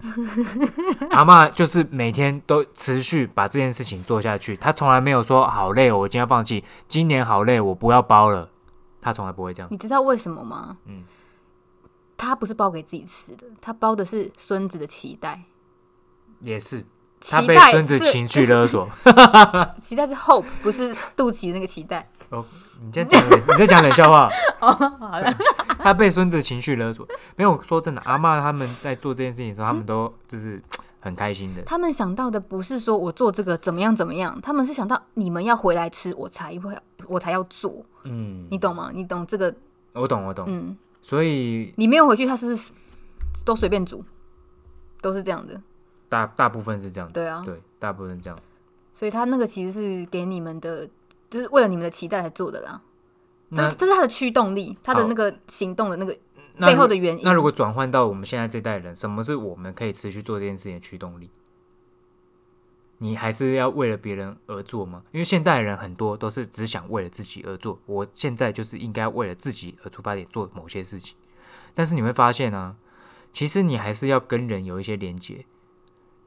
阿嬷就是每天都持续把这件事情做下去，她从来没有说好累、哦，我今天要放弃，今年好累，我不要包了。她从来不会这样。
你知道为什么吗？
嗯
他不是包给自己吃的，他包的是孙子的期待。
也是，
期
他被
待
孙子
是
情绪勒索。
期待是 hope，不是肚脐那个脐带。
哦，你在讲冷，你在讲冷笑话。
哦，好了，
他被孙子情绪勒索。没有说真的，阿嬷他们在做这件事情的时候，他们都就是很开心的。
他们想到的不是说我做这个怎么样怎么样，他们是想到你们要回来吃，我才会我才要做，
嗯
你，懂吗？你懂这个？
我懂，我懂。
嗯，
所以
你没有回去，他是不是都随便煮，都是这样的？
大大部分是这样子，
对啊，
对，大部分是这样。
所以他那个其实是给你们的，就是为了你们的期待才做的啦。这
那
是这是他的驱动力，他的
好
那个行动的那个
那
背后
如
的原因。
那如果转换到我们现在这代人，什么是我们可以持续做这件事情的驱动力？你还是要为了别人而做吗？因为现代人很多都是只想为了自己而做，我现在就是应该为了自己而出发点做某些事情。但是你会发现啊，其实你还是要跟人有一些连接。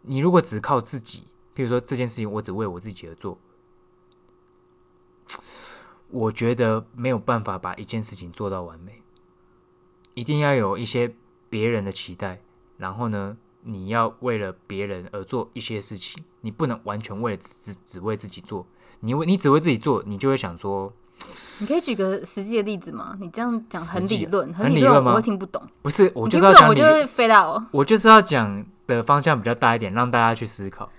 你如果只靠自己，譬如说这件事情我只为我自己而做，我觉得没有办法把一件事情做到完美。一定要有一些别人的期待，然后呢，你要为了别人而做一些事情，你不能完全为了只只只为自己做。你为你只为自己做，你就会想说，
你可以举个实际的例子吗？你这样讲很
实际
理论，
很
理
理论吗
我会听不懂。
不是，我
你
就
听
是
不
要
懂，
讲
我
理
就会飞到。
我就是要讲的方向比较大一点，让大家去思考。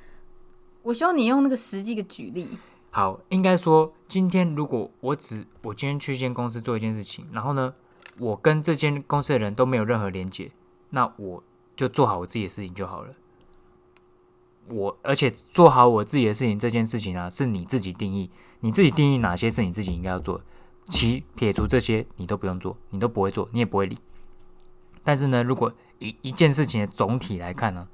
我希望你用那个实际的举例。
好，应该说，今天如果我只我今天去一间公司做一件事情，然后呢，我跟这间公司的人都没有任何连接，那我就做好我自己的事情就好了。我而且做好我自己的事情这件事情啊，是你自己定义，你自己定义哪些是你自己应该要做的，其撇除这些你都不用做，你都不会做，你也不会理。但是呢，如果一一件事情的总体来看呢、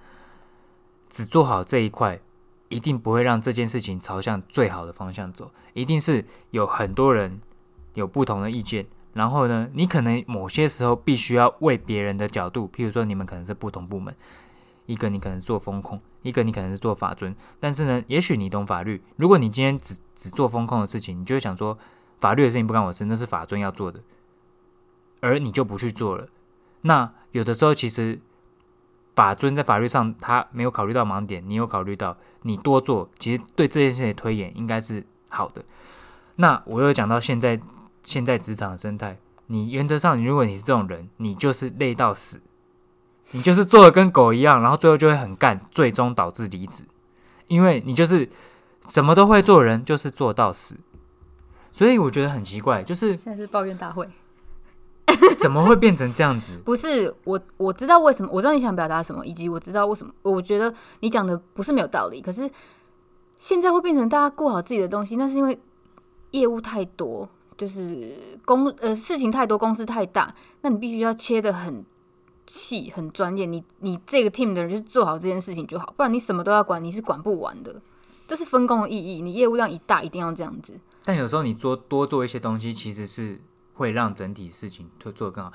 只做好这一块，一定不会让这件事情朝向最好的方向走，一定是有很多人有不同的意见。然后呢，你可能某些时候必须要为别人的角度，譬如说你们可能是不同部门，一个你可能是做风控，一个你可能是做法尊，但是呢，也许你懂法律。如果你今天只只做风控的事情，你就会想说，法律的事情不干我事，那是法尊要做的，而你就不去做了。那有的时候其实法尊在法律上他没有考虑到盲点，你有考虑到，你多做，其实对这件事情的推演应该是好的。那我又讲到现在，现在职场的生态，你原则上，如果你是这种人，你就是累到死，你就是做的跟狗一样，然后最后就会很干，最终导致离职，因为你就是什么都会做的人，就是做到死。所以我觉得很奇怪，就是
现在是抱怨大会，
怎么会变成这样子？
不是我我知道为什么，我知道你想表达什么，以及我知道为什么，我觉得你讲的不是没有道理，可是现在会变成大家顾好自己的东西，那是因为业务太多，就是公呃事情太多，公司太大，那你必须要切的很。细很专业，你你这个 team 的人就是做好这件事情就好，不然你什么都要管，你是管不完的。这是分工的意义，你业务量一大，一定要这样子。
但有时候你做多做一些东西，其实是会让整体事情做做得更好。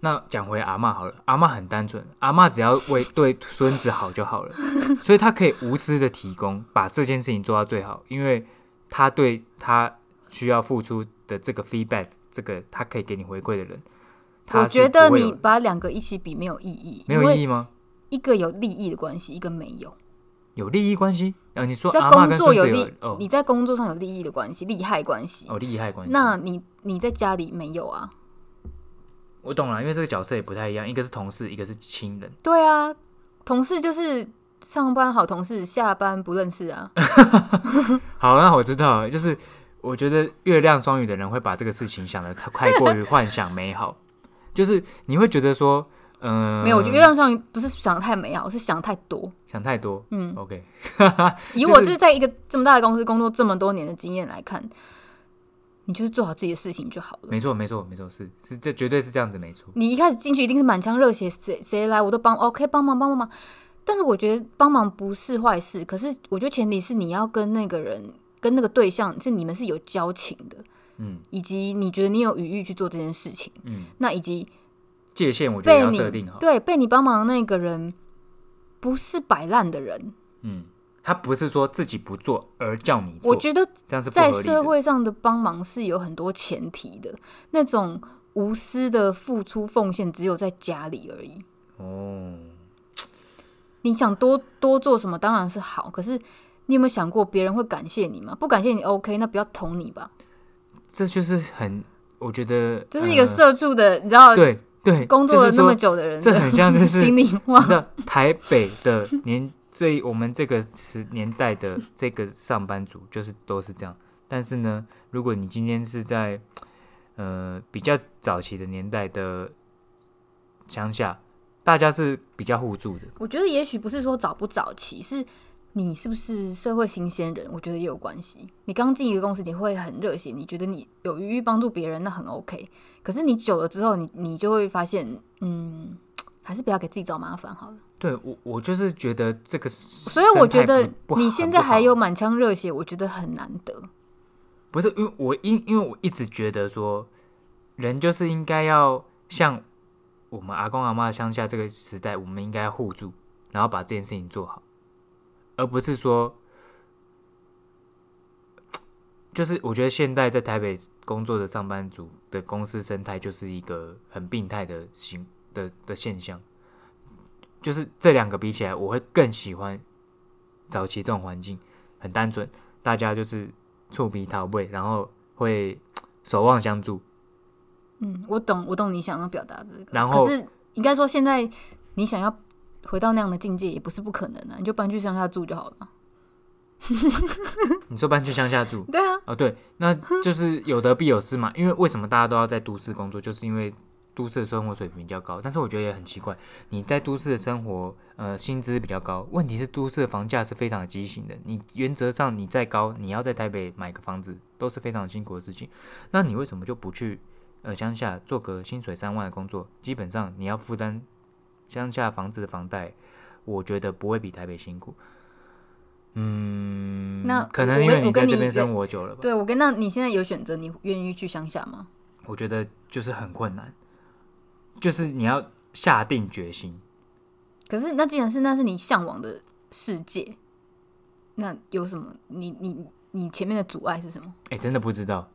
那讲回阿嬷好了，阿嬷很单纯，阿嬷只要为对孙子好就好了， 所以她可以无私的提供，把这件事情做到最好，因为她对她需要付出的这个 feedback，这个她可以给你回馈的人，她
我
是
觉得
不会有
你把两个一起比没有意义，
没有
因
意
为
义吗？
一个有利益的关系，一个没有。
有利益关系？呃，你说
在
阿嬷
工
跟
作
孙
有
子
利，
哦
你在工作上有利益的关系，利害关系。
哦利害关系？
那你你在家里没有啊？
我懂了，因为这个角色也不太一样，一个是同事，一个是亲人。
对啊，同事就是上班好同事，下班不认识啊。
嗯好，那我知道了，就是我觉得月亮双鱼的人会把这个事情想的太过于幻想美好， 就是你会觉得说，嗯、
没有，我觉得月亮上不是想的太美好，是想太多。
想太多。
嗯，
OK，
以
就是
我就是在一个这么大的公司工作这么多年的经验来看，你就是做好自己的事情就好了。
没错，没错，没错，是是，这绝对是这样子，没错。
你一开始进去一定是满腔热血，谁谁来我都帮，OK，帮忙帮忙帮忙。但是我觉得帮忙不是坏事，可是我觉得前提是你要跟那个人、跟那个对象是你们是有交情的，
嗯
以及你觉得你有余裕去做这件事情，
嗯，
那以及
界限我觉得
被
要
你
设定好。
对被你帮忙的那个人不是摆烂的人，
嗯，他不是说自己不做而叫你做，
我觉得
这样是不
在
合理
社
的。
会上的帮忙是有很多前提的，那种无私的付出奉献只有在家里而已。
哦，
你想多多做什么当然是好，可是你有没有想过别人会感谢你吗？不感谢你 OK，那不要捅你吧。
这就是很，我觉得
这是一个
社
社畜的，你知道，
呃对对，
工作
就
了
是
那么
说
久的人
这
的
很像就是
心里
你
话
知。道台北的年这我们这个时年代的这个上班族就是都是这样。但是呢，如果你今天是在呃比较早期的年代的乡下，大家是比较互助的。
我觉得也许不是说早不早期，是你是不是社会新鲜人，我觉得也有关系。你刚进一个公司，你会很热血，你觉得你有余裕帮助别人，那很 OK。可是你久了之后，你你就会发现，嗯，还是不要给自己找麻烦好了。
对我，我就是觉得这个生态不，
所以我觉得
不
你
好
现
很
在
不好
还有满腔热血，我觉得很难得。
不是因为我因因为我一直觉得说，人就是应该要像我们阿公阿妈乡下这个时代，我们应该互助，然后把这件事情做好，而不是说，就是我觉得现在在台北工作的上班族的公司生态就是一个很病态的形的的现象，就是这两个比起来，我会更喜欢早期这种环境，很单纯，大家就是触鼻桃味，然后会守望相助。
嗯，我懂，我懂你想要表达的这个。
然后
可是应该说，现在你想要回到那样的境界，也不是不可能啊。你就搬去乡下住就好了。
你说搬去乡下住
对啊，
哦，对，那就是有得必有失嘛。因为为什么大家都要在都市工作，就是因为都市的生活水平比较高。但是我觉得也很奇怪，你在都市的生活，呃，薪资比较高，问题是都市的房价是非常畸形的。你原则上你再高，你要在台北买个房子都是非常辛苦的事情。那你为什么就不去呃乡下做个薪水三万的工作？基本上你要负担乡下房子的房贷，我觉得不会比台北辛苦。嗯，
那
可
我
能
啊我
因为
跟
你
我跟
在这
你
边
觉
生活久了吧？
对我跟那你现在有选择，你愿意去乡下吗？
我觉得就是很困难，就是你要下定决心。
可是那既然是那是你向往的世界，那有什么？你你你前面的阻碍是什么？
哎、真的不知道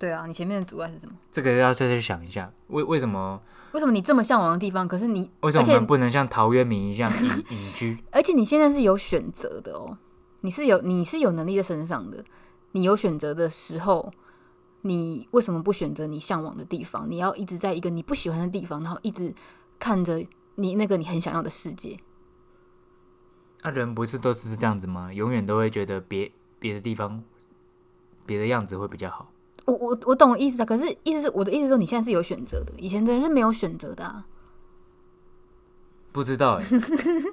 对啊，你前面的阻碍是什么？
这个要再去想一下，为为什么
为什么你这么向往的地方，可是你
为什
而
么我们
且
不能像陶渊明一样隐 隐居？
而且你现在是有选择的哦，你是有你是有能力在身上的，你有选择的时候，你为什么不选择你向往的地方？你要一直在一个你不喜欢的地方，然后一直看着你那个你很想要的世界。
那、啊人不是都是这样子吗？永远都会觉得别别的地方别的样子会比较好。
我我我懂意思啊，可是意思是我的意思是说你现在是有选择的，以前的人是没有选择的啊。
不知 道哎、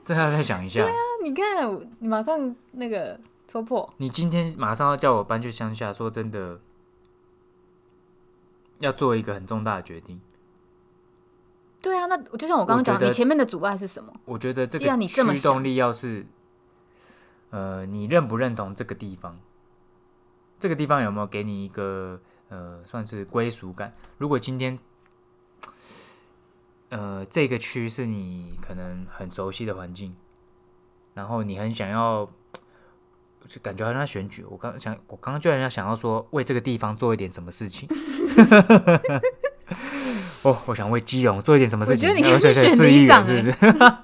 这要再想一下。
那你看，你马上那个戳破，
你今天马上要叫我搬去乡下，说真的，要做一个很重大的决定。
对啊，那我就像我刚刚
我觉
讲的，
得
你前面的阻碍是什么？
我觉得这
既然
个
你这么
驱动力要是，呃，你认不认同这个地方？这个地方有没有给你一个呃，算是归属感？如果今天，呃，这个区是你可能很熟悉的环境，然后你很想要，就感觉好像在选举。我刚想，我刚刚就很想想要说，为这个地方做一点什么事情。 哦，我想为基隆做一点什么事情。哎
我觉得你可以
而且是
选
市议
里长欸
员是不是？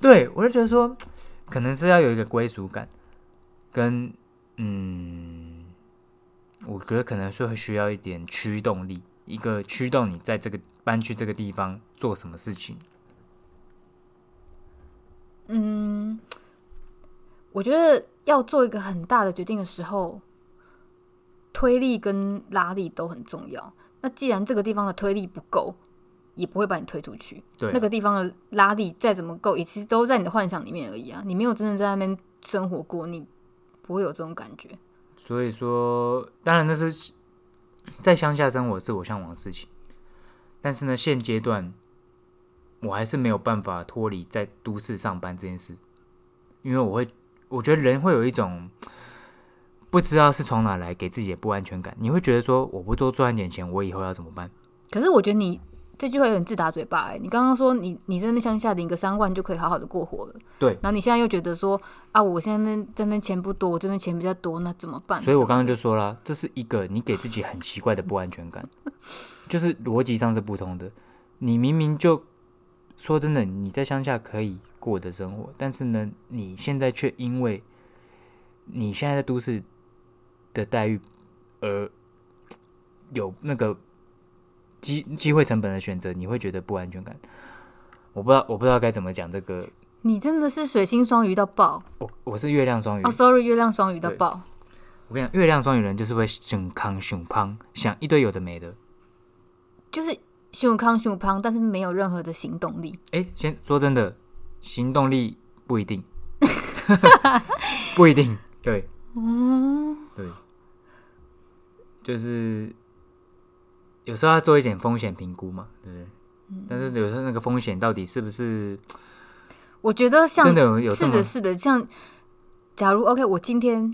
对，我就觉得说，可能是要有一个归属感，跟嗯，我觉得可能是会需要一点驱动力，一个驱动你在这个搬去这个地方做什么事情。
嗯，我觉得要做一个很大的决定的时候，推力跟拉力都很重要。那既然这个地方的推力不够，也不会把你推出去。
对啊，
那个地方的拉力再怎么够，也其实都在你的幻想里面而已啊。你没有真的在那边生活过，你不会有这种感觉。
所以说，当然那是在乡下生活是我向往的事情，但是呢，现阶段我还是没有办法脱离在都市上班这件事，因为我会，我觉得人会有一种不知道是从哪来给自己的不安全感，你会觉得说，我不多赚一点钱，我以后要怎么办？
可是我觉得你这句话有点自打嘴巴、欸。你刚刚说你你在那边乡下领个三万就可以好好的过活了，
对
然后你现在又觉得说啊，我现在那边这边钱不多，我这边钱比较多，那怎么办？
所以我刚刚
啊什么
就说了，这是一个你给自己很奇 怪的不安全感，就是逻辑上是不通的。你明明就说真的，你在乡下可以过的生活，但是呢，你现在却因为你现在在都市的待遇而有那个机机会成本的选择，你会觉得不安全感。我不知道，我不知道该怎么讲这个。
你真的是水星双鱼到爆
我我是月亮双鱼
哦、s o r r y 月亮双鱼到
对
爆，
我跟你讲，月亮双鱼人就是会想康想胖，想一堆有的没的。
就是胸康胸胖，但是没有任何的行动力。
哎、先说真的，行动力不一定， 不一定，对，
嗯，
对，就是有时候要做一点风险评估嘛，对不对？但是有时候那个风险到底是不是
我觉得像
真的有有这
是
么
的，是的，像假如 OK，我今天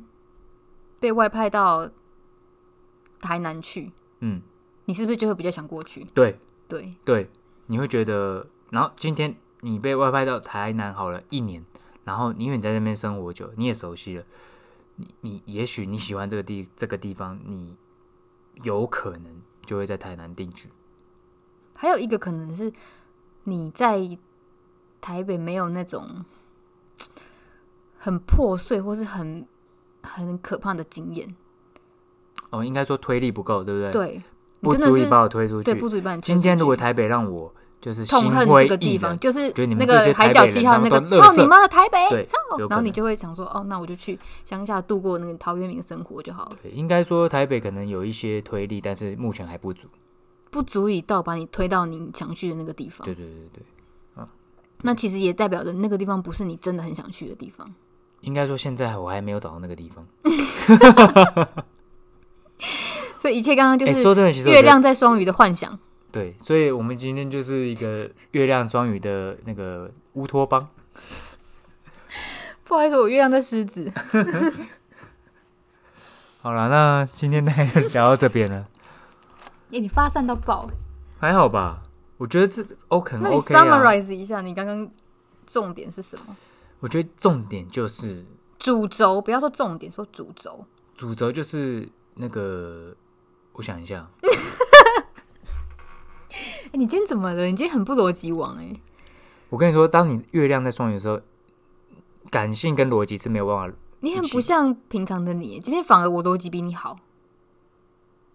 被外派到台南去，
嗯，
你是不是就会比较想过去？
对
对，
对，你会觉得，然后今天你被外派到台南好了一年，然后因为你在那边生活久，你也熟悉了，你你也许你喜欢这个地这个地方，你有可能就会在台南定居。
还有一个可能是你在台北没有那种很破碎或是很很可怕的经验，
哦，应该说推力不够，对不对？，
对，你
不
真的
足以
是
把我推出去。
对不足以把你推
今天
出
如果
去
台北让我就是
痛
心
恨
灰
这个
意
地方，
冷
就是
觉得你们
那
这些
个
台
海
北
角
人
七号
他
那
们
个
都
操
垃
你
圾
妈的台北，
对
操！
有可
然后你
能
就会想说，哦，那我就去乡下度过那个陶渊明的生活就好了，
对应该说台北可能有一些推力，但是目前还不足。
不足以到把你推到你想去的那个地方
对。对对对，
那其实也代表着那个地方不是你真的很想去的地方。
应该说现在我还没有找到那个地方。
所以一切刚刚就
哎、
是
说真的，其实我
月
觉得
亮在双鱼的幻想。
对，所以我们今天就是一个月亮双鱼的那个乌托邦。
不好意思，我月亮在狮 子。哎
好了，那今天大概就聊到这边了，
哎、你发散到爆、
还好吧？我觉得这 O 很
那你
OK 啊。
summarize 一下，你刚刚重点是什么？
我觉得重点就是
主轴，不要说重点，说主轴。
主轴就是那个，我想一下，
哎、你今天怎么了？你今天很不逻辑王哎、
我跟你说，当你月亮在双鱼的时候，感性跟逻辑是没有办法。
你很
一
不
起
像平常的你，今天反而我逻辑比你好。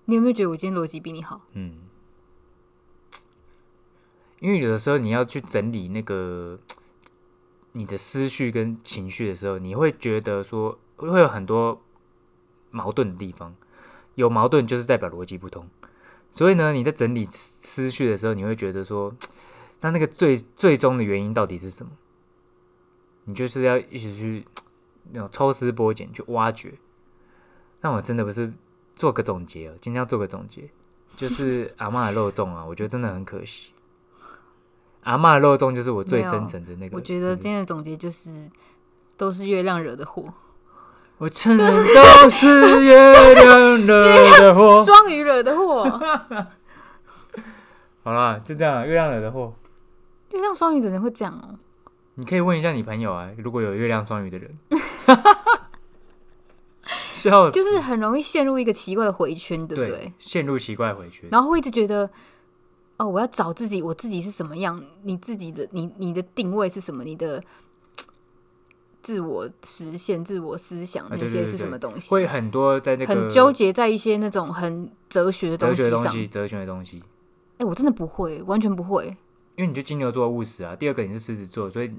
你有没有觉得我今天逻辑比你好？
嗯，因为有的时候你要去整理那个你的思绪跟情绪的时候，你会觉得说会有很多矛盾的地方，有矛盾就是代表逻辑不通。所以呢，你在整理思思绪的时候，你会觉得说，那那个最最终的原因到底是什么？你就是要一直去那种抽丝剥茧去挖掘。那我真的不是做个总结哦，今天要做个总结，就是阿嬷的肉粽啊，我觉得真的很可惜。阿嬷的肉粽就是我最
没有
深层的那个，嗯
我觉得今天的总结就是，都是月亮惹的祸，
我承认都是月亮惹 的祸。
双鱼惹的祸。
好啦，就这样，月亮惹的祸。
月亮双鱼的人会这样哦、
你可以问一下你朋友啊，如果有月亮双鱼的人， 笑死，
就是很容易陷入一个奇怪的回圈，对不
对
对？
陷入奇怪回圈。
然后会一直觉得，哦，我要找自己，我自己是什么样？你自己的，你你的定位是什么？你的自我实现、自我思想
啊
那
对对
些
对
是什
对
么东西？
会很多在那个
很纠结在一些那种很哲学的
哲
东
学的
西
东
上。
西，哲学的东西。
哎、我真的不会，完全不会。
因为你就金牛座务实啊，第二个你是狮子座，所以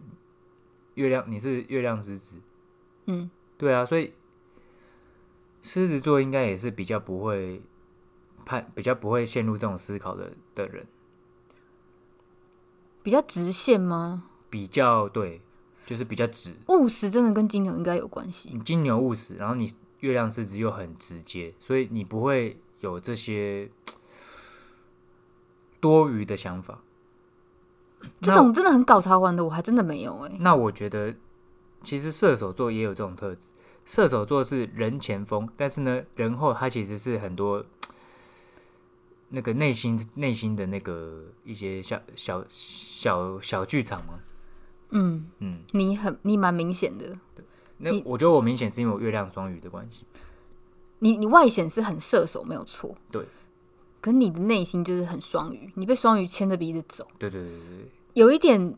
月亮你是月亮狮子，
嗯，
对啊，所以狮子座应该也是比较不会判，比较不会陷入这种思考的的人，
比较直线吗？
比较对，就是比较直。
务实真的跟金牛应该有关系。
你金牛务实，然后你月亮狮子又很直接，所以你不会有这些多余的想法。
这种真的很搞潮玩的，我还真的没有哎、
那我觉得，其实射手座也有这种特质。射手座是人前锋，但是呢，人后他其实是很多那个内心内心的那个一些小小小小剧场嘛。
嗯，
嗯，
你很你蛮明显的，
那
你
我觉得我明显是因为我月亮双鱼的关系。
你你外显是很射手没有错，
对，
可你的内心就是很双鱼，你被双鱼牵着鼻子走。
对对对对对，
有一点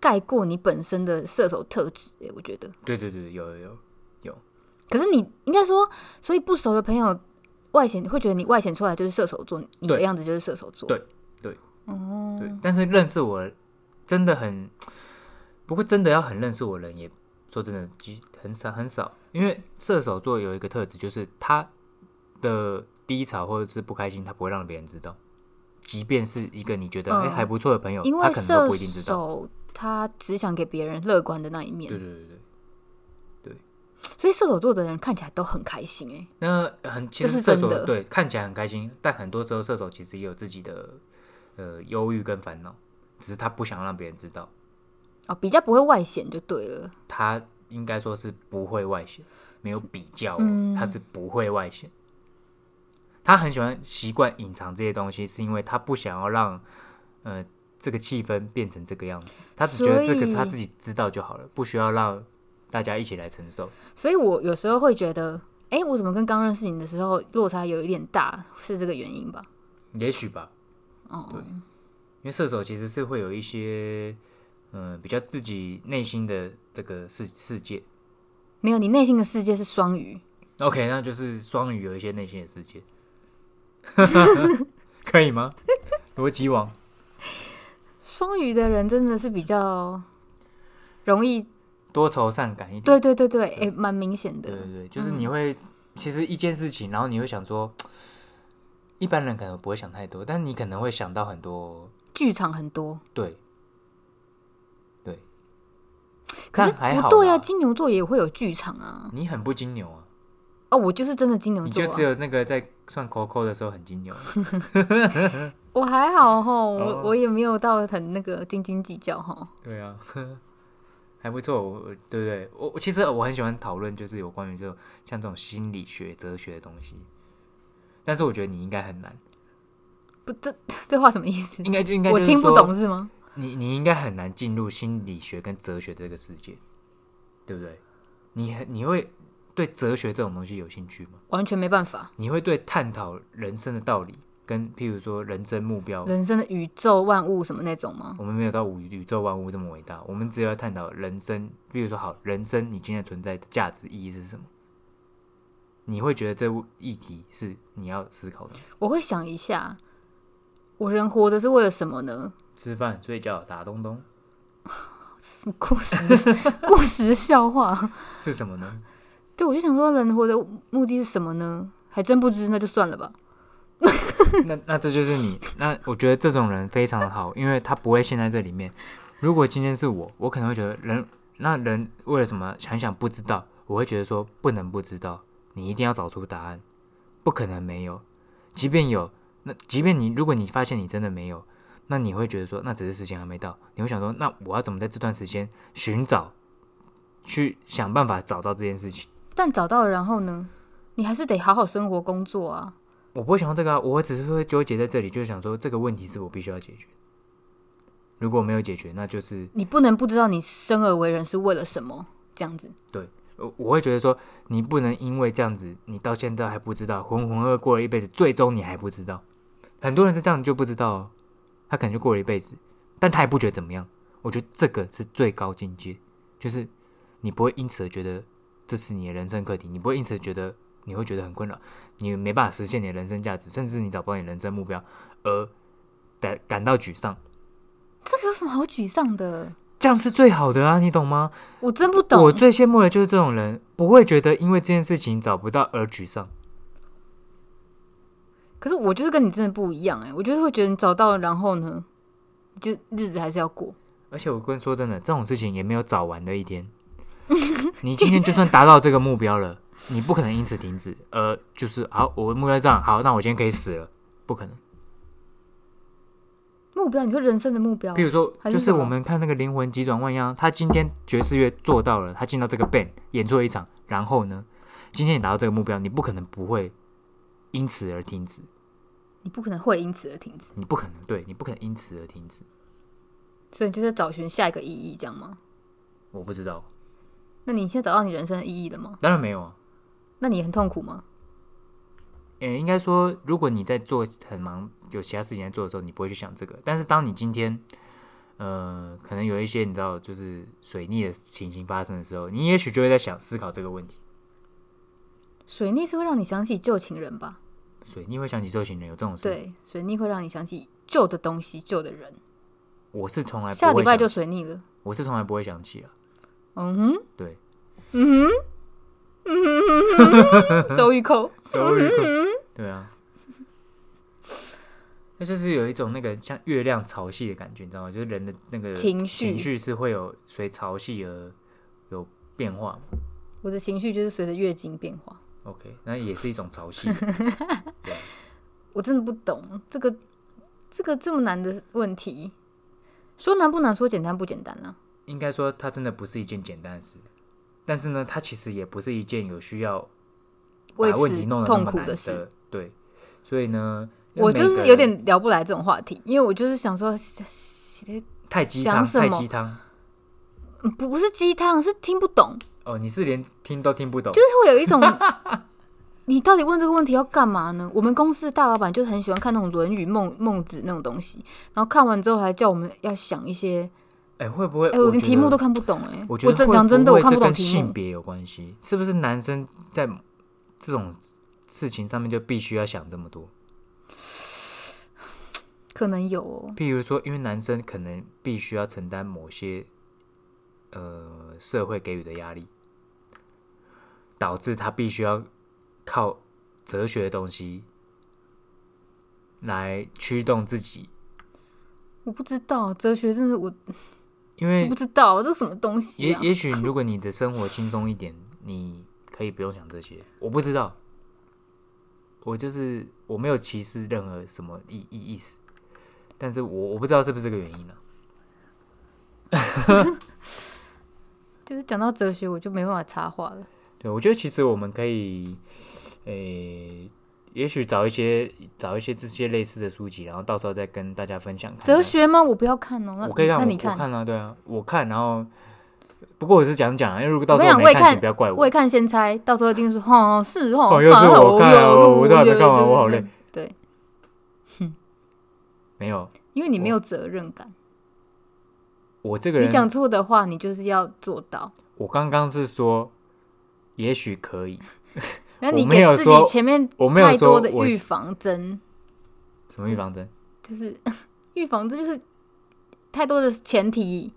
盖过你本身的射手特质、欸，我觉得。
对对对，有有有，
可是你应该说，所以不熟的朋友外显会觉得你外显出来就是射手座，你的
对
样子就是射手座。
对对，
哦，
对。但是认识我真的很，不过真的要很认识我的人也说真的，极很少很少，因为射手座有一个特质就是他的低潮或者是不开心，他不会让别人知道。即便是一个你觉得哎、
嗯
还不错的朋友，
因
他
为
可能都
射
不一定知道。
手他只想给别人乐观的那一
对对
面，
对对，
所以射手座的人看起来都很开心、欸，
那很其
这
实
是
射
真的
手对看起来很开心，但很多时候射手其实也有自己的呃忧郁跟烦恼，只是他不想让别人知道，
哦，比较不会外显就对了。
他应该说是不会外显，没有比较哦、
嗯
他是不会外显。他很喜欢习惯隐藏这些东西，是因为他不想要让呃这个气氛变成这个样子，他只觉得这
所
个
以
他自己知道就好了，不需要让大家一起来承受。
所以我有时候会觉得，哎、我怎么跟刚认识你的时候落差有一点大，是这个原因吧？
也许吧，
哦，
对因为射手其实是会有一些，嗯、比较自己内心的这个世世界。
没有，你内心的世界是双鱼，
OK，那就是双鱼有一些内心的世界， 可以吗？逻辑王，
双鱼的人真的是比较容易，
多愁善感一点。
对对对对，哎、蛮明显
对
的。嗯
对对，就是你会、其实一件事情，然后你会想说，一般人可能不会想太多，但你可能会想到很多。
剧场很多，
对，对，
可是
但还好
不对啊，
啦
金牛座也会有剧场啊。
你很不金牛啊。
哦，我就是真的金牛
你
座、
就
啊
只，有那个在算扣扣的时候很金牛，啊
我还好吼，我、
哦
我也没有到很那个斤斤计较吼。
对啊， 还不错，我对不对？我我其实我很喜欢讨论，就是有关于这种像这种心理学、哲学的东西。但是我觉得你应该很难，
不，这这话什么意思？
应该就应该
我
就是
听不
说
懂是吗？
你，你应该很难进入心理学跟哲学的这个世界，对不对？你很你会对哲学这种东西有兴趣吗？
完全没办法。
你会对探讨人生的道理跟譬如说人生目标，
哦人生的宇宙万物什么那种吗？
我们没有到宇宇宙万物这么伟大，我们只有要探讨人生，比如说好，人生你今天存在的价值意义是什么？你会觉得这议题是你要思考的。
我会想一下，我人活着是为了什么呢？
吃饭、睡觉、打东东
什么故事、 故事笑话？
是什么呢？
对，我就想说，人活的目的是什么呢？还真不知，那就算了吧。
那那这就是你。那我觉得这种人非常好，因为他不会陷在这里面。如果今天是我，我可能会觉得人那人为了什么想一想不知道，我会觉得说不能不知道，你一定要找出答案，不可能没有。即便有，那即便你如果你发现你真的没有，那你会觉得说那只是时间还没到，你会想说那我要怎么在这段时间寻找，去想办法找到这件事情。
但找到了，然后呢？你还是得好好生活、工作啊。
我不会想到这个、啊，我只是会纠结在这里，就是想说这个问题是我必须要解决。如果没有解决，那就是
你不能不知道你生而为人是为了什么，这样子。
我我会觉得说，你不能因为这样子，你到现在还不知道，浑浑噩噩过了一辈子，最终你还不知道。很多人是这样就不知道、哦，他可能就过了一辈子，但他也不觉得怎么样。我觉得这个是最高境界，就是你不会因此而觉得这是你的人生课题，你不会因此而觉得你会觉得很困扰，你没办法实现你的人生价值，甚至你找不到你的人生目标而感感到沮丧，
这个有什么好沮丧的？
这样是最好的啊，你懂吗？
我真不懂。
我最羡慕的就是这种人，不会觉得因为这件事情找不到而沮丧。
可是我就是跟你真的不一样哎、我就是会觉得你找到了，然后呢，就日子还是要过。
而且我跟你说真的，这种事情也没有早完的一天。你今天就算达到这个目标了，你不可能因此停止。呃，就是好，我的目标是这样，好，那我今天可以死了，不可能。
目标，你说人生的目标
比，如说，
还是
就是
什么
我们看那个《灵魂急转弯》一样，他今天爵士乐做到了，他进到这个 band 演出了一场，然后呢，今天你达到这个目标，你不可能不会因此而停止，
你不可能会因此而停止。
你不可能，对你不可能因此而停止。
所以你就是找寻下一个意义，这样吗？
我不知道，
那你现在找到你人生的意义了吗？
当然没有啊。
那你很痛苦吗？
呃，应该说，如果你在做很忙有其他事情在做的时候，你不会去想这个。但是当你今天，呃，可能有一些你知道，就是水逆的情形发生的时候，你也许就会在想思考这个问题。
水逆是会让你想起旧情人吧？
水逆会想起旧情人，有这种事？，
对，水逆会让你想起旧的东西、旧的人。
我是从来哎不
下
会
礼拜
想，
就水逆了。
我是从来不会想起啊。
嗯哼，
对，
嗯哼，嗯哼，周玉蔻。
周
嗯
瑜，对啊，那就是有一种那个像月亮潮汐的感觉，你知道吗？就是人的那个
情绪
情绪是会有随潮汐而有变化嘛。
我的情绪就是随着月经变化。
OK，那也是一种潮汐。
我真的不懂这个这个这么难的问题，说难不难，说简单不简单啊？
应该说，它真的不是一件简单的事，但是呢，它其实也不是一件有需要
为
把问
此
题弄得那
痛
么
苦
难
的事，
对，所以呢，
我就
每个
是有点聊不来这种话题，因为我就是想说，
太鸡
讲
汤，
什
太
么
鸡汤。
嗯不是鸡汤，是听不懂，
哦，你是连听都听不懂，
就是会有一 种，你到底问这个问题要干嘛呢？我们公司的大老板就很喜欢看那种《论语》《孟孟子》那种东西，然后看完之后还叫我们要想一些，
哎、会不会？
哎、我连
觉
题目
得
都看不懂、哎，
我
我
觉得
真
会
讲真的，我
会
看
这
不懂
跟
题
性
目，
别有关系，是不是男生在这种事情上面就必须要想这么多？
可能有、哦，
譬如说，因为男生可能必须要承担某些呃社会给予的压力，导致他必须要靠哲学的东西来驱动自己，
我不知道哲学真的 我
因
我
为
不知道这个什么东西
也
啊？
也许如果你的生活轻松一点，你可以不用想这些。我不知道，我就是我没有歧视任何什么意意意思，但是我我不知道是不是这个原因呢、啊
就是讲到哲学，我就没办法插话了。
对，我觉得其实我们可以，诶、也许找一些找一些这些类似的书籍，然后到时候再跟大家分享看看
哲，学吗？我不要看哦。那
我可以看，
那
我
你
我看啊，对啊，我看，然后不过我是讲讲啊，因为如果到时
我
候
跟你讲我
没
也看
请不要怪我。
未看先猜，到时候一定是哦是哦，
哦又是
反而
我看啊
有
我我都还没看完
有
我好
有
累
对，
没有，
因为你没有责任感，
我这个
你
人
讲错的话，你就是要做到。
我刚刚是说，也许可以，
那你
我没
给
有
自
说
己前面
我没有
太多
说
的
我
预嗯防针，
什么预防针，
就是 预防针就是太多的前提。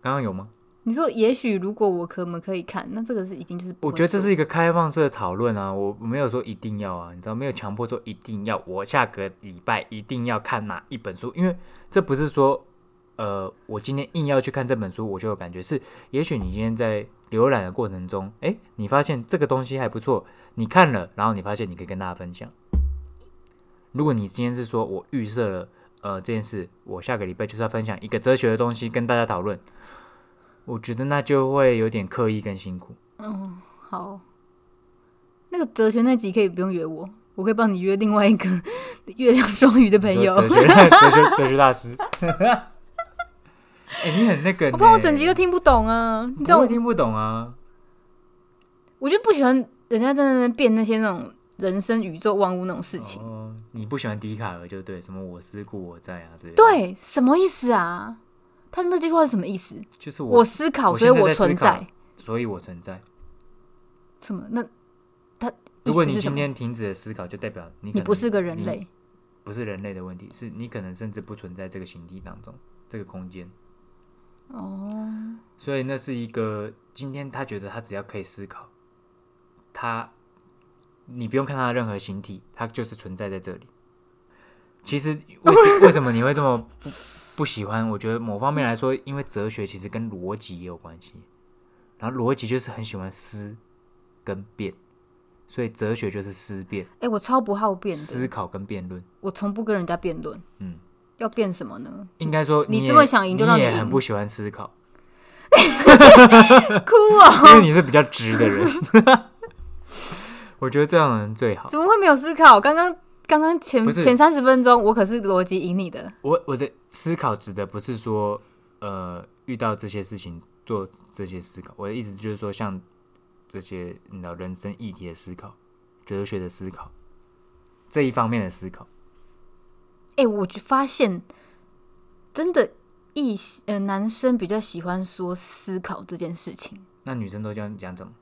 刚刚有吗？
你说，也许如果我可我们可以看，那这个是一定就是不
我
会
觉得这
做
是一个开放式的讨论啊，我我没有说一定要啊，你知道没有强迫说一定要，我下个礼拜一定要看哪一本书，因为这不是说，呃，我今天硬要去看这本书，我就有感觉是，也许你今天在浏览的过程中，哎，你发现这个东西还不错，你看了，然后你发现你可以跟大家分享。如果你今天是说我预设了，呃，这件事，我下个礼拜就是要分享一个哲学的东西跟大家讨论，我觉得那就会有点刻意跟辛苦。
嗯，好。那个哲学那集可以不用约我，我可以帮你约另外一个 月亮双鱼的朋
你
友
说。哲 学哲学哲学大师。 哎、你很那个呢，
我怕我整集都听不懂啊！你知道
我
我，
听不懂啊。
我就不喜欢人家在那边变那些那种人生、宇宙、万物那种事情。
哦，你不喜欢笛卡尔就对，什么我思故我在啊之类的。，
对，什么意思啊？他那句话是什么意思？
就是
我
我，
思考，
我
所以
现在
我
在思
存
考
在。
所以我存在。
什么？那他
如果
意思
你
是什
今
么
天停止了思考，就代表你可
你
能
不是个人，类
你，不是人类的问题，是你可能甚至不存在这个形体当中，这个空间。
哦，
所以那是一个今天他觉得他只要可以思考，他你不用看他的任何形体，他就是存在在这里。其实为什为什么你会这么不不喜欢？我觉得某方面来说，因为哲学其实跟逻辑也有关系，然后逻辑就是很喜欢思跟辩，所以哲学就是思辨、
哎、我超不好辩
思
的，
考跟辩论。
我从不跟人家辩论。
嗯，
要辩什么呢？
应该说
你
也
这么想赢就让
你
你
也
赢
很不喜欢思考，
哭啊！
因为你是比较直的人。 我觉得这样的人最好。
怎么会没有思考？刚刚刚刚前
不是
前三十分钟，我可是逻辑赢你的。
我我的思考指的不是说，呃，遇到这些事情做这些思考。我的意思就是说，像这些你知道人生议题的思考、哲学的思考这一方面的思考。
哎、我就发现真的异呃男生比较喜欢说思考这件事情，
那女生都叫你讲怎么？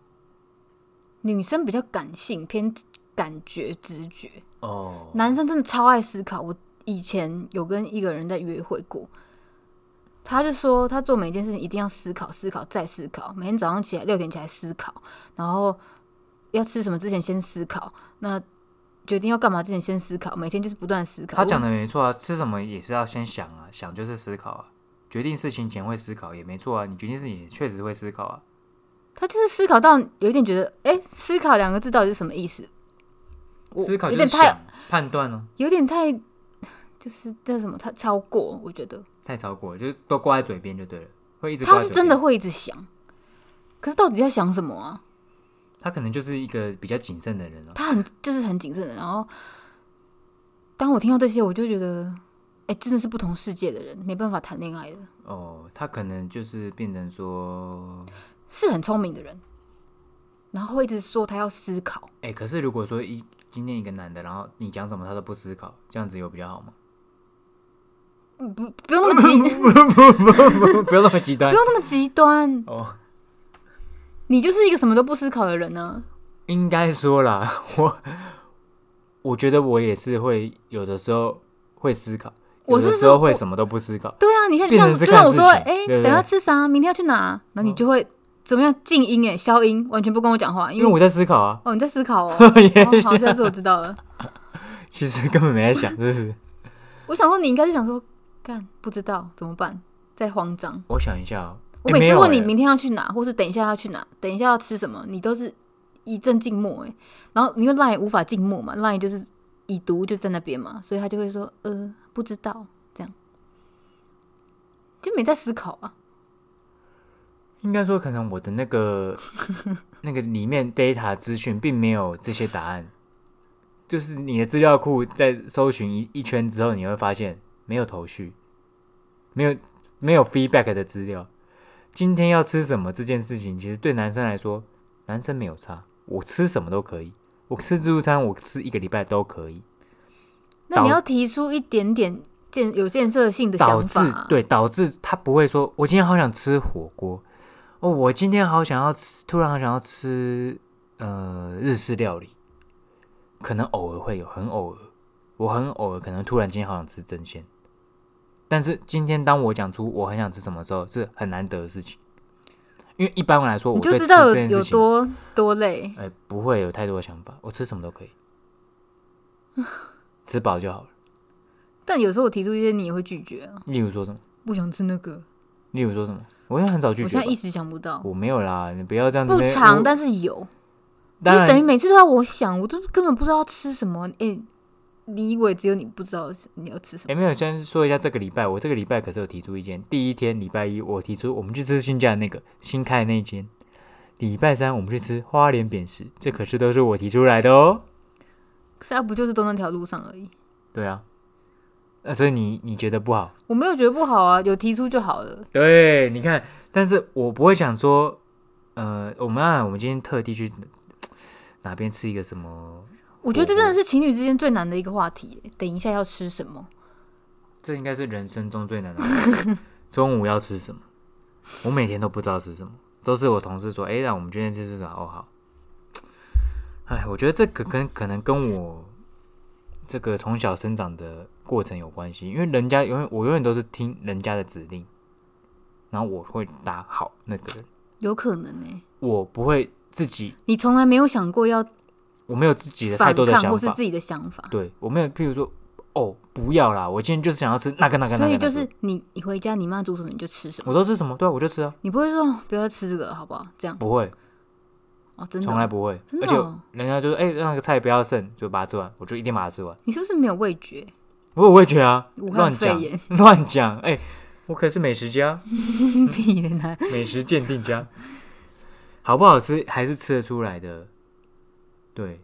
女生比较感性，偏感觉直觉。
哦，
男生真的超爱思考。我以前有跟一个人在约会过，他就说他做每一件事情一定要思考、思考再思考，每天早上起来六点起来思考，然后要吃什么之前先思考，那决定要干嘛之前先思考，每天就是不断地思考。
他讲
我
的没错啊，吃什么也是要先想啊，想就是思考啊，决定事情前会思考也没错啊，你决定事情也确实会思考啊。
他就是思考到有一点觉得，哎、思考两个字到底是什么意思？我
思考
有
就是
点太
想判断哦，
有点太就是叫什么？他超过，我觉得
太超过了，就是都挂在嘴边就对了，会一直挂
他
在
是
嘴
真的
边，
会一直想，可是到底要想什么啊？
他可能就是一个比较谨慎的人哦。
他很就是很谨慎的。然后，当我听到这些，我就觉得，哎、真的是不同世界的人，没办法谈恋爱的，
哦，他可能就是变成说，
是很聪明的人，然后会一直说他要思考，
哎、可是如果说一今天一个男的，然后你讲什么他都不思考，这样子有比较好吗？
嗯不用那么极，不
不要那么极端
用那么极端，
哦。
你就是一个什么都不思考的人呢、
应该说啦，我我觉得我也是会有的时候会思考，
我
有
是
的时
说
候会
我
什么都不思考。
对啊，你像就
变成
像
是
就像
看
我
事
说，
情
哎、
对不
等一下
对
吃啥？明天要去哪？然后你就会怎么样静音、哎，消音，完全不跟我讲话，因
因为我在思考啊，
哦你在思考哦。哦，好，下次我知道了。
其实根本没在想，就是
我想说，你应该是想说，干不知道怎么办，在慌张。
我想一下、哦，
我
诶
每
没
次
有
问你
诶
明天要去哪，或是等一下要去哪，等一下要吃什么，你都是一阵静默哎、然后因为 line 无法静默嘛，line 就是已读就在那边嘛，所以他就会说呃不知道这样，就没在思考啊。
应该说可能我的那个那个里面 data 资讯并没有这些答案，就是你的资料库在搜寻一一圈之后，你会发现没有头绪，没有没有 feedback 的资料。今天要吃什么这件事情，其实对男生来说，男生没有差，我吃什么都可以，我吃自助餐，我吃一个礼拜都可以。
那你
导
要提出一点点建有建设性的
导
想
致
法、啊，
对导致他不会说，我今天好想吃火锅，哦，我今天好想要吃，突然好想要吃呃日式料理，可能偶尔会有，很偶尔，我很偶尔可能突然今天好想吃蒸鲜，但是今天当我讲出我很想吃什么时候，是很难得的事情，因为一般来说我
你就
对
知
吃
道
这
有
件事
有
情，
多多累。
呃，不会有太多的想法，我吃什么都可以， 吃饱就好了。
但有时候我提出一些，你也会拒绝啊，
例如说什么？
不想吃那个，
例如说什么？我现在很早拒
我
绝
现
吧。
在一时想不到，
我没有啦，你不要这样子。
不长，
我
但是有。
当
你等于
然
每次都要我想，我都根本不知道要吃什么。哎、你以为只有你不知道你要吃什么？
哎，没有，先说一下这个礼拜，我这个礼拜可是有提出意见。第一天礼拜一，我提出我们去吃新家的那个新开的那一间。礼拜三我们去吃花莲扁食，这可是都是我提出来的哦。
可是它不就是都那条路上而已？
对啊，那、啊所以你你觉得不好？
我没有觉得不好啊，有提出就好了。
对，你看，但是我不会想说，呃，我们啊，我们今天特地去哪边吃一个什么？
我觉得这真的是情侣之间最难的一个话题、等一下要吃什么？
这应该是人生中最难的问题。中午要吃什么？我每天都不知道吃什么，都是我同事说：“哎、那我们今天吃什么？”哦，好。哎，我觉得这个跟可能跟我这个从小生长的过程有关系，因为人家永远我永远都是听人家的指令，然后我会打好那个人，
有可能呢、
我不会自己，
你从来没有想过要
我没有自己的太
反
多的
抗
想
或是
法，
自己的想法，
对我没有，譬如说，哦，不要啦，我今天就是想要吃那个那个那
所
个，
以
那
就
个
是你你回家你妈煮什么你就吃什么，
我都吃什么，对啊、我就吃啊，
你不会说哦不要再吃这个了好不好？这样
不会。
哦，真的
从
哦、
来不会，
真的
而且
哦
人家就说，哎、那个菜不要剩，就把它吃完，我就一定把它吃完。
你是不是没有味 觉？
我有味觉啊，
武汉
乱
肺
讲，
炎
乱讲，哎、我可是美食家，
屁的呢？
美食鉴定家，好不好吃还是吃得出来的。对，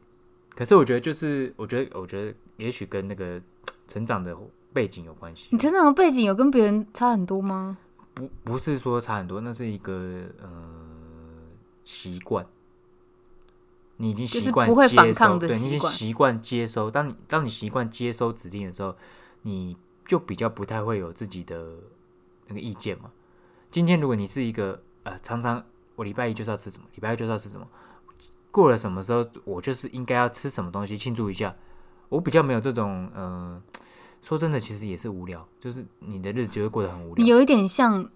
可是我觉得就是，我觉得，我觉得也许跟那个成长的背景有关系
你，成长的背景有跟别人差很多吗？
不不是说差很多，那是一个呃习惯。你已经
就是
习惯
不会
接
反
收
抗的
对，你已
习
经
惯
习惯接收。当你当你习惯接收指令的时候，你就比较不太会有自己的那个意见嘛。今天如果你是一个呃，常常我礼拜一就是要吃什么，礼拜二就是要吃什么，过了什么时候我就是应该要吃什么东西庆祝一下，我比较没有这种呃，说真的，其实也是无聊，就是你的日子就会过得很无
你
聊。
有一点像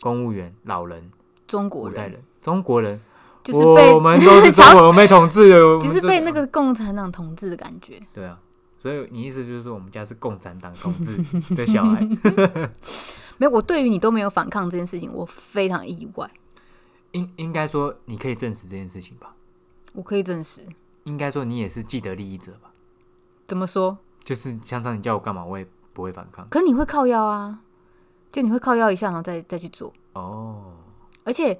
公务员、老人、
中
古
国
代
人，
人、中国人，
就是
我
被
们都是中国 人，我们被统治了，我们
就是
这
被那个共产党统治的感觉。
对啊。所以你意思就是说，我们家是共产党统治的小 孩，
没有，我对于你都没有反抗这件事情，我非常意外。
应应该说你可以证实这件事情吧？
我可以证实，
应该说你也是既得利益者吧？
怎么说？
就是常常你叫我干嘛，我也不会反抗。
可你会靠腰啊，就你会靠腰一下，然后再再去做。
哦，
而且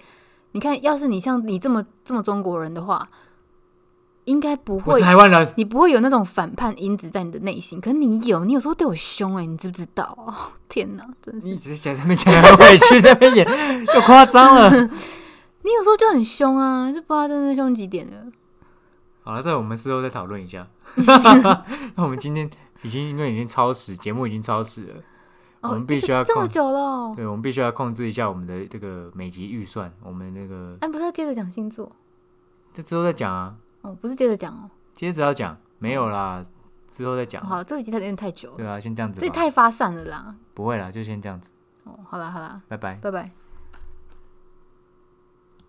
你看，要是你像你这么这么中国人的话，应该不
我
会
是，台啊湾人，
你不会有那种反叛因子在你的内心。可你有，你有时候对我凶哎、你知不知道？ 哦，天哪，真是
你只是想在那边讲很委屈，在那边 演，又夸张了。
你有时候就很凶啊，就不知道在那凶几点了。
好了，这我们事后再讨论一 下。那我们今天已经因为已经超时，节目已经超时了，我
哦
们，必须要
这么
控，
久了、哦，
对，我们必须要控制一下我们的这个每集预算，我们那个
哎、不是要接着讲星座
这之后再讲啊，
哦，不是接着讲哦。
接着要讲，没有啦，之后再讲。
好，这个集有点太久了，
啊对啊，先这样子
哦这也
吧，
太发散了啦。
不会啦，就先这样子，
哦，好啦好啦，
拜拜。
拜拜。